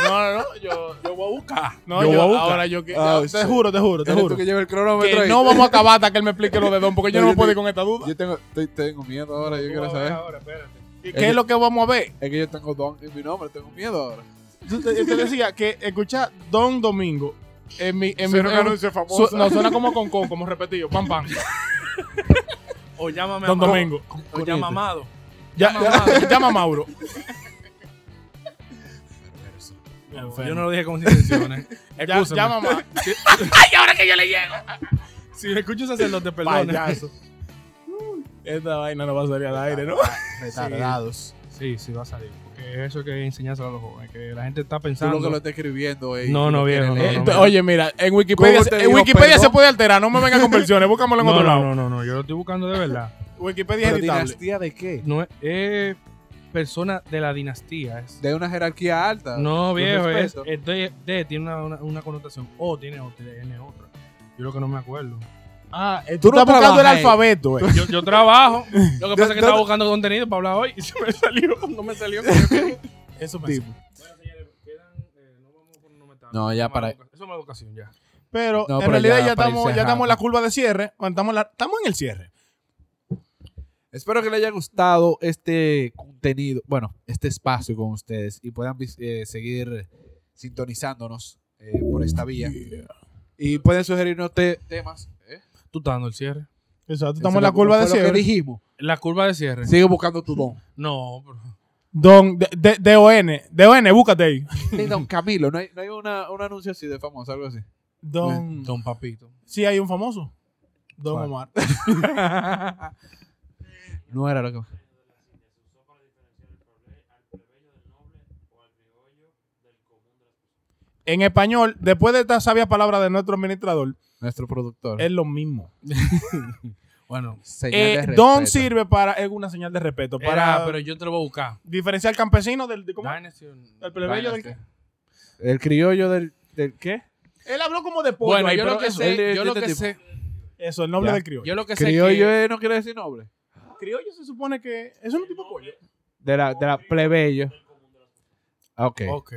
Speaker 4: No, no, no, yo, yo voy a buscar. No,
Speaker 3: Yo
Speaker 4: yo,
Speaker 3: voy a buscar.
Speaker 4: ahora yo que.
Speaker 2: Ah,
Speaker 4: te
Speaker 2: sí.
Speaker 4: juro, te juro, te
Speaker 2: Eres tú
Speaker 4: juro.
Speaker 2: que
Speaker 4: Que,
Speaker 2: lleva el cronómetro ahí.
Speaker 4: no vamos a acabar hasta que él me explique lo de Don, porque yo no
Speaker 2: Oye,
Speaker 4: me puedo
Speaker 2: te-
Speaker 4: ir con esta duda.
Speaker 2: Yo tengo, estoy- tengo miedo ahora, yo quiero saber.
Speaker 3: Ahora, espérate.
Speaker 4: ¿Y ¿Qué es lo que vamos a ver?
Speaker 2: Es que yo tengo don en mi nombre, tengo miedo ahora.
Speaker 4: Yo te, yo te decía que escucha Don Domingo en mi. En mi en-
Speaker 2: famoso.
Speaker 4: su- no, suena como con con, como repetido. Pam, pam.
Speaker 3: O llámame
Speaker 4: Don
Speaker 3: a Mauro.
Speaker 4: Domingo.
Speaker 3: O llama Amado.
Speaker 4: Ya, ya- llama a Mauro.
Speaker 3: Yo no lo dije con intenciones.
Speaker 4: Ya,
Speaker 3: Excúsame.
Speaker 4: llama a Mauro.
Speaker 3: Si me escucho sacerdote, perdona.
Speaker 4: Payaso. Esta vaina no va a salir al aire, ¿no?
Speaker 2: Retardados.
Speaker 3: Sí, sí, va a salir. Porque eso hay que enseñárselo a los jóvenes. Que la gente está
Speaker 2: Tú lo que lo
Speaker 3: pensando.
Speaker 2: estás escribiendo, ey.
Speaker 3: No, no,
Speaker 2: Lo
Speaker 3: viejo,
Speaker 2: quieres
Speaker 3: no,
Speaker 2: leer.
Speaker 3: no,
Speaker 4: Ent-
Speaker 3: mira.
Speaker 4: Oye, mira, en Wikipedia,
Speaker 2: Google te
Speaker 4: en
Speaker 2: dijo,
Speaker 4: Wikipedia se
Speaker 2: perdón.
Speaker 4: puede alterar, no me vengan con versiones, búscamelo en
Speaker 3: No,
Speaker 4: otro lado.
Speaker 3: no, no, no, no, yo lo estoy buscando de verdad.
Speaker 4: Wikipedia es
Speaker 2: ¿Pero
Speaker 4: editable.
Speaker 2: dinastía de qué?
Speaker 3: No es eh, persona de la dinastía. es-
Speaker 2: De una jerarquía alta.
Speaker 3: No,
Speaker 2: Con
Speaker 3: viejo, es,
Speaker 2: respeto.
Speaker 3: es de, de- tiene una, una, una connotación. O tiene, o tiene otra. Yo lo que no me acuerdo.
Speaker 4: Ah, eh,
Speaker 2: Tú
Speaker 4: tú,
Speaker 2: no
Speaker 4: estás buscando el
Speaker 2: trabajas ahí.
Speaker 4: alfabeto, eh.
Speaker 3: Yo, yo trabajo. Lo que pasa es que
Speaker 2: Yo-
Speaker 3: estaba buscando contenido para hablar hoy y se me salió. No me salió. como yo quería.
Speaker 4: Eso me
Speaker 2: Tipo.
Speaker 4: hace.
Speaker 3: Bueno, señores, quedan, eh, no vamos con monumental.
Speaker 2: No, ya
Speaker 3: Eso es
Speaker 2: para-
Speaker 3: mala educa- Eso es mala educación, ya.
Speaker 4: Pero
Speaker 2: No,
Speaker 4: en
Speaker 2: pero
Speaker 4: realidad
Speaker 2: ya
Speaker 4: ya
Speaker 2: para
Speaker 4: estamos,
Speaker 2: ir
Speaker 4: ya estamos en la
Speaker 2: cerrando.
Speaker 4: curva de cierre. Bueno, Estamos en, la- estamos en el cierre.
Speaker 2: Espero que les haya gustado este contenido, bueno, este espacio con ustedes y puedan vis- eh, seguir sintonizándonos eh, por esta vía. Y pueden sugerirnos te- temas. ¿eh?
Speaker 3: Tú estás dando el cierre.
Speaker 4: Exacto,
Speaker 2: Eso
Speaker 4: estamos en la
Speaker 2: fue lo
Speaker 4: curva de
Speaker 2: que
Speaker 4: cierre.
Speaker 2: dijimos.
Speaker 3: La curva de cierre.
Speaker 2: Sigue buscando tu don.
Speaker 3: No, bro.
Speaker 4: Don, D- D- D-O-N, D-O-N, búscate ahí.
Speaker 2: Ni don Camilo, no hay, no hay una- un anuncio así de famoso, algo así.
Speaker 4: Don,
Speaker 3: Don Papito.
Speaker 4: sí hay un famoso. Don
Speaker 2: ¿Cuál?
Speaker 4: Omar.
Speaker 2: No era lo que.
Speaker 4: En español, después de esta sabia palabra de nuestro administrador,
Speaker 2: Nuestro productor.
Speaker 4: es lo mismo.
Speaker 3: Bueno,
Speaker 2: Señal de
Speaker 4: Eh,
Speaker 2: respeto.
Speaker 4: don sirve para. Es una señal de respeto.
Speaker 3: era,
Speaker 4: Para
Speaker 3: pero yo te lo voy a buscar.
Speaker 4: diferenciar al campesino del. de- ¿cómo?
Speaker 3: Dynasty o-
Speaker 4: Del plebeyo del.
Speaker 3: Dynasty.
Speaker 2: El criollo del, del qué?
Speaker 4: Él habló como de pollo.
Speaker 3: Bueno,
Speaker 4: ahí,
Speaker 3: yo
Speaker 4: pero
Speaker 3: lo que
Speaker 4: eso,
Speaker 2: él
Speaker 3: sé,
Speaker 2: es
Speaker 3: yo
Speaker 2: de
Speaker 3: lo
Speaker 2: este
Speaker 3: que
Speaker 2: tipo.
Speaker 3: sé,
Speaker 4: Eso, el noble
Speaker 2: Ya.
Speaker 4: del criollo.
Speaker 3: yo lo que sé que-
Speaker 2: Criollo eh, no quiere decir noble.
Speaker 4: criollo se supone que. Es un tipo de pollo.
Speaker 2: De la, de la plebeyo. Ah, Ok.
Speaker 3: Ok.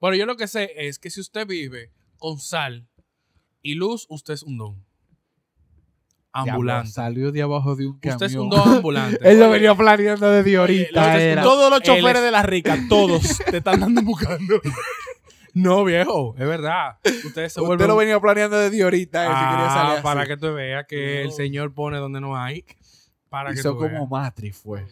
Speaker 3: Bueno, yo lo que sé es que si usted vive con sal y luz, usted es un don.
Speaker 2: Diablo,
Speaker 3: Ambulante.
Speaker 2: pues, Salió de abajo de un camión.
Speaker 3: usted es un don ambulante. eh,
Speaker 2: Él lo venía planeando
Speaker 4: Oye,
Speaker 2: desde ahorita.
Speaker 4: los-
Speaker 2: era.
Speaker 4: Todos los
Speaker 3: él
Speaker 4: choferes
Speaker 3: es-
Speaker 4: de la rica, todos te están dando buscando.
Speaker 3: No, viejo, es verdad. Usted se vuelve
Speaker 2: Usted lo
Speaker 3: un-
Speaker 2: venía planeando desde ahorita. eh, si
Speaker 3: Ah,
Speaker 2: quería salir así.
Speaker 3: para que tú veas que
Speaker 4: No.
Speaker 3: el señor pone donde no hay. Para que
Speaker 2: Hizo
Speaker 3: tú
Speaker 2: como
Speaker 3: veas.
Speaker 2: Matrix, fue.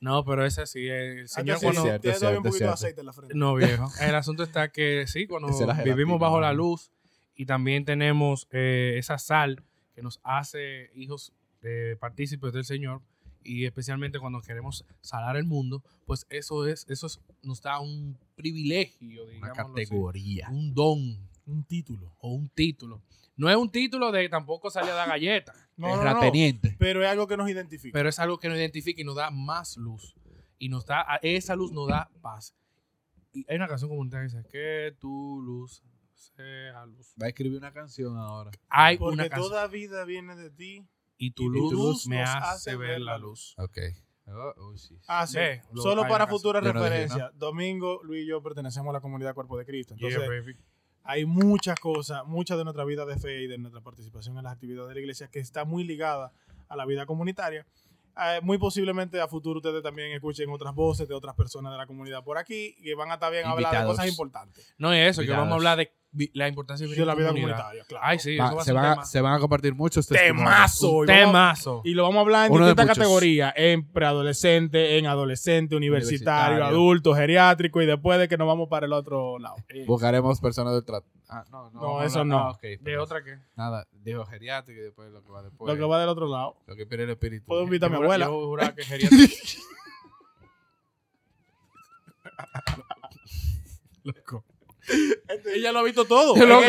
Speaker 3: No, no, pero ese sí, el señor
Speaker 4: Señor,
Speaker 2: Ah, sí,
Speaker 3: cuando...
Speaker 2: es cierto,
Speaker 4: tiene
Speaker 2: es cierto,
Speaker 4: todavía un
Speaker 2: es
Speaker 4: poquito de
Speaker 2: cierto.
Speaker 4: aceite en la frente.
Speaker 3: No, viejo. El asunto está que sí, cuando
Speaker 2: Esa es la gelatina,
Speaker 3: vivimos bajo la
Speaker 2: ¿no?
Speaker 3: luz y también tenemos eh, esa sal que nos hace hijos eh, partícipes del Señor y especialmente cuando queremos salar el mundo, pues eso es, eso es- nos da un privilegio,
Speaker 2: Una
Speaker 3: digamos,
Speaker 2: categoría.
Speaker 3: un don
Speaker 4: Un título.
Speaker 3: o un título. No es un título de tampoco salir a dar galletas,
Speaker 4: No, no, no.
Speaker 2: Terrateniente.
Speaker 4: Pero es algo que nos identifica.
Speaker 3: pero es algo que nos identifica y nos da más luz. Y nos da, a- esa luz nos da paz. Y hay una canción comunitaria que dice, que tu luz sea luz.
Speaker 2: Va a escribir una canción ahora.
Speaker 3: Hay una
Speaker 4: porque
Speaker 3: canción.
Speaker 4: toda vida viene de ti.
Speaker 3: Y
Speaker 4: y
Speaker 3: tu
Speaker 4: tu
Speaker 3: luz,
Speaker 4: luz
Speaker 3: me
Speaker 4: nos
Speaker 3: hace ver la luz.
Speaker 2: Ok. Oh, oh, sí.
Speaker 4: Ah, sí.
Speaker 3: Ve, lo-
Speaker 4: Solo
Speaker 3: hay
Speaker 4: para
Speaker 3: una
Speaker 4: futuras
Speaker 2: canción. Yo no dije
Speaker 4: referencias. Domingo, Luis y yo pertenecemos a la comunidad Cuerpo de Cristo. Entonces,
Speaker 3: Yeah, baby.
Speaker 4: hay muchas cosas, mucha de nuestra vida de fe y de nuestra participación en las actividades de la iglesia que está muy ligada a la vida comunitaria. Eh, muy posiblemente a futuro ustedes también escuchen otras voces de otras personas de la comunidad por aquí que van a estar bien hablando de
Speaker 2: Invitados.
Speaker 4: cosas importantes.
Speaker 3: No es eso, que
Speaker 2: Cuidados.
Speaker 3: vamos a hablar de vi- la importancia de
Speaker 4: De
Speaker 3: vivir
Speaker 4: la
Speaker 3: en
Speaker 4: vida
Speaker 3: comunidad.
Speaker 4: comunitaria, claro.
Speaker 3: Ay, sí,
Speaker 2: Va-
Speaker 3: eso va
Speaker 2: se,
Speaker 3: a ser
Speaker 2: van
Speaker 3: un
Speaker 2: a, se van a compartir este muchos testimonios.
Speaker 4: Temazo. hoy
Speaker 3: tema. Un
Speaker 4: vamos a-
Speaker 3: temazo.
Speaker 4: Y lo vamos a hablar en
Speaker 2: Uno de
Speaker 4: distintas
Speaker 2: muchos.
Speaker 4: categorías, en preadolescente, en adolescente, universitario,
Speaker 2: Universitario.
Speaker 4: adulto, geriátrico y después de que nos vamos para el otro lado. Eh,
Speaker 2: Buscaremos personas del trato. Ah, no, no.
Speaker 4: No,
Speaker 2: vamos a
Speaker 4: eso
Speaker 2: hablar-
Speaker 4: no.
Speaker 2: ah, ok,
Speaker 3: ¿De
Speaker 2: pero
Speaker 3: otra qué?
Speaker 2: Nada, dijo geriátrico y después lo que va después.
Speaker 4: Lo que va del otro lado.
Speaker 2: Lo que pide el espíritu.
Speaker 4: Puedo invitar a mi
Speaker 3: Yo-
Speaker 4: abuela.
Speaker 3: yo juraba que geriátrica. Loco.
Speaker 4: Ella lo ha visto todo. Loco,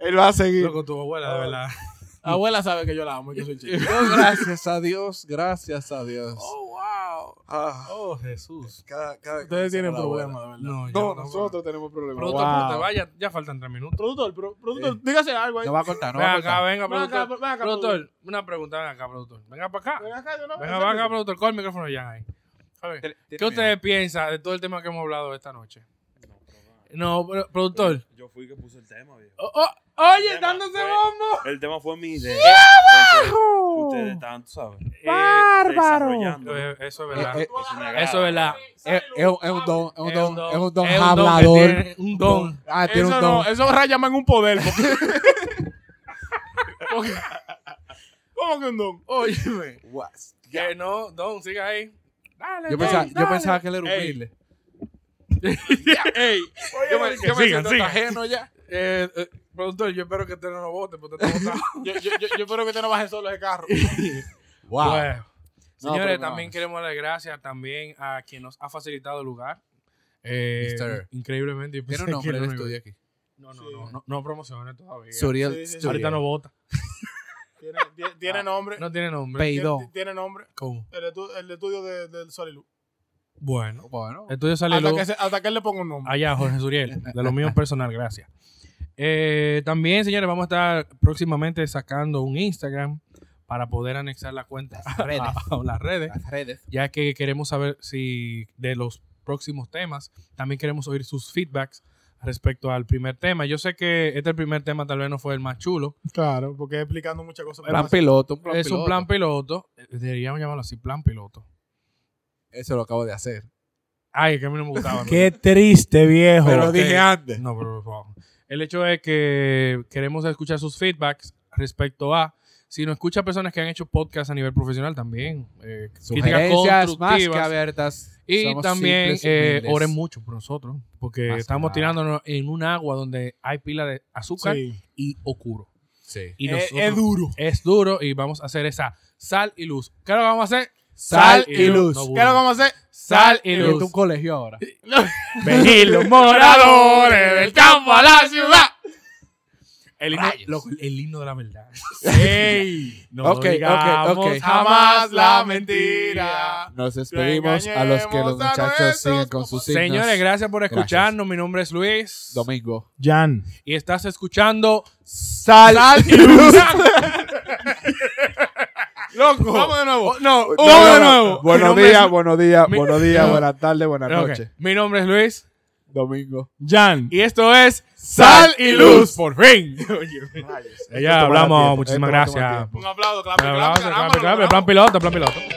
Speaker 2: Él va a seguir.
Speaker 3: Loco, tu abuela, de verdad.
Speaker 4: Abuela sabe que yo la amo y que soy chico.
Speaker 2: gracias a Dios, gracias a Dios.
Speaker 3: Oh. wow.
Speaker 2: Ah,
Speaker 3: Oh, Jesús.
Speaker 2: cada- cada-
Speaker 4: Ustedes tienen
Speaker 2: cada
Speaker 4: problemas, de verdad.
Speaker 3: No, yo
Speaker 2: No,
Speaker 3: no-
Speaker 2: nosotros tenemos problemas.
Speaker 3: Productor,
Speaker 4: Wow.
Speaker 3: productor, vaya, ya faltan tres minutos.
Speaker 4: Productor, pro- productor,
Speaker 2: Sí.
Speaker 4: dígase algo ahí.
Speaker 2: No va a cortar, no
Speaker 3: Ven
Speaker 2: va a
Speaker 3: acá,
Speaker 2: cortar.
Speaker 3: venga,
Speaker 4: Ven acá,
Speaker 3: productor.
Speaker 4: ven acá,
Speaker 3: Productor, una pregunta, ven acá, productor. Venga para acá.
Speaker 4: Ven acá, yo no-
Speaker 3: Venga, va acá, productor, con el micrófono ya ahí. A ver, ¿Qué ustedes piensan de todo el tema que hemos hablado esta noche? No, pero, productor.
Speaker 6: Yo fui que puse el tema, viejo.
Speaker 3: O- o- oye,
Speaker 6: El tema
Speaker 3: dándose
Speaker 6: fue-
Speaker 3: bombo.
Speaker 6: El tema fue mi idea. Entonces, ustedes estaban, tú sabes, desarrollando.
Speaker 3: Eh, eh, eso es verdad.
Speaker 2: Eh, eh,
Speaker 6: Es una
Speaker 3: eso es verdad.
Speaker 2: Es, es un- es un don, es un
Speaker 3: Es Eh, un
Speaker 2: don,
Speaker 3: don.
Speaker 2: es un don
Speaker 3: Es un don que
Speaker 2: hablador.
Speaker 3: tiene- un don.
Speaker 2: Ah, tiene
Speaker 4: Eso
Speaker 2: un
Speaker 4: no,
Speaker 2: don.
Speaker 4: eso raya más en un poder. porque- Porque- ¿Cómo que un don?
Speaker 3: Óyeme.
Speaker 2: Guas.
Speaker 3: Que no, Don, siga ahí. Dale,
Speaker 2: Yo
Speaker 3: Don,
Speaker 2: pensaba, yo
Speaker 3: dale.
Speaker 2: pensaba que él era
Speaker 3: Ey.
Speaker 2: humilde.
Speaker 3: Ey, yo me, yo me
Speaker 4: sigan,
Speaker 3: siento
Speaker 4: sigan.
Speaker 3: ajeno ya. Eh, eh, productor, yo espero que usted no lo vote, porque usted está votado.
Speaker 4: Yo, yo, yo, yo espero que te no bajes solo ese carro.
Speaker 2: Wow.
Speaker 3: Bueno.
Speaker 2: No,
Speaker 3: Señores,
Speaker 2: pero no,
Speaker 3: también
Speaker 2: no.
Speaker 3: queremos dar gracias también a quien nos ha facilitado el lugar. Eh,
Speaker 2: Mister.
Speaker 3: Increíblemente. yo
Speaker 2: Tiene
Speaker 3: pensé
Speaker 2: un nombre
Speaker 3: que
Speaker 2: el
Speaker 3: era
Speaker 2: estudio
Speaker 3: único.
Speaker 2: aquí.
Speaker 3: No, no,
Speaker 4: Sí.
Speaker 3: no, no, no promociones todavía.
Speaker 2: Suriel
Speaker 4: Sí, sí, sí.
Speaker 2: Studio.
Speaker 3: Ahorita no vota.
Speaker 4: Tiene, tiene- tiene nombre.
Speaker 3: No tiene nombre.
Speaker 4: Tiene,
Speaker 2: Peidón.
Speaker 4: tiene nombre.
Speaker 3: ¿Cómo?
Speaker 4: El, estu- el estudio de- del Sol y Luz.
Speaker 3: Bueno.
Speaker 2: Bueno,
Speaker 3: Estudio sale
Speaker 4: Hasta
Speaker 3: luz.
Speaker 4: que, se- hasta que él le ponga un nombre.
Speaker 3: Allá, Jorge Suriel. De lo mío personal, gracias. Eh, también, señores, vamos a estar próximamente sacando un Instagram para poder anexar la cuenta
Speaker 2: Las redes.
Speaker 3: a- a las redes.
Speaker 2: las redes.
Speaker 3: ya que queremos saber si de los próximos temas, también queremos oír sus feedbacks respecto al primer tema. Yo sé que este primer tema tal vez no fue el más chulo.
Speaker 4: Claro, porque es explicando muchas cosas.
Speaker 2: Plan piloto, un plan
Speaker 3: es
Speaker 2: piloto.
Speaker 3: un plan piloto. Eh, Deberíamos llamarlo así, plan piloto.
Speaker 2: Eso lo acabo de hacer.
Speaker 3: Ay, que a mí no me gustaba. ¿no?
Speaker 4: triste, viejo.
Speaker 2: Pero
Speaker 3: ok.
Speaker 2: dije antes.
Speaker 3: No, pero por favor. El hecho es que queremos escuchar sus feedbacks respecto a si nos escucha personas que han hecho podcast a nivel profesional también. eh, críticas
Speaker 2: Sugerencias más que
Speaker 3: constructivas.
Speaker 2: abiertas.
Speaker 3: Y
Speaker 2: Somos
Speaker 3: también
Speaker 2: simples y
Speaker 3: eh,
Speaker 2: humildes.
Speaker 3: oren mucho por nosotros, porque
Speaker 2: Más
Speaker 3: estamos
Speaker 2: nada.
Speaker 3: tirándonos en un agua donde hay pila de azúcar y ocuro.
Speaker 2: Sí.
Speaker 3: Y
Speaker 4: es,
Speaker 3: nosotros-
Speaker 4: es duro.
Speaker 3: es duro y vamos a hacer esa sal y luz. ¿Qué es lo que vamos a hacer?
Speaker 2: Sal y luz.
Speaker 3: No,
Speaker 4: ¿Qué es
Speaker 3: burro.
Speaker 4: lo que vamos a hacer?
Speaker 3: Sal y
Speaker 2: Yo un
Speaker 3: luz.
Speaker 2: colegio ahora.
Speaker 3: Venid los moradores del campo a la ciudad. El himno,
Speaker 1: Rayos.
Speaker 3: loco, el himno de la verdad. ¡Ey! No
Speaker 2: Ok, ok,
Speaker 3: digamos
Speaker 2: ok.
Speaker 3: jamás la mentira.
Speaker 2: Nos despedimos a los que los
Speaker 3: Engañemos a
Speaker 2: muchachos siguen con sus signos.
Speaker 3: Señores, gracias por
Speaker 2: Gracias.
Speaker 3: escucharnos. Mi nombre es Luis.
Speaker 2: Domingo.
Speaker 4: Jan.
Speaker 3: Y estás escuchando Sal, y Luz. Loco. Vamos de nuevo. no, vamos de nuevo. Mi
Speaker 2: Buenos
Speaker 3: nombre es-
Speaker 2: días, buenos días,
Speaker 3: Mi-
Speaker 2: buenos días, buenas tardes, buenas
Speaker 3: Ok.
Speaker 2: noches.
Speaker 3: Mi nombre es Luis.
Speaker 2: Domingo.
Speaker 4: Jan.
Speaker 3: Y esto es Sal y Luz, por fin. Oye,
Speaker 2: Rayos.
Speaker 3: ya hablamos.
Speaker 2: tiempo,
Speaker 3: Muchísimas
Speaker 2: esto va a tomar
Speaker 3: gracias.
Speaker 2: tiempo.
Speaker 3: Un aplauso, clap, clap, clap, plan piloto, plan piloto.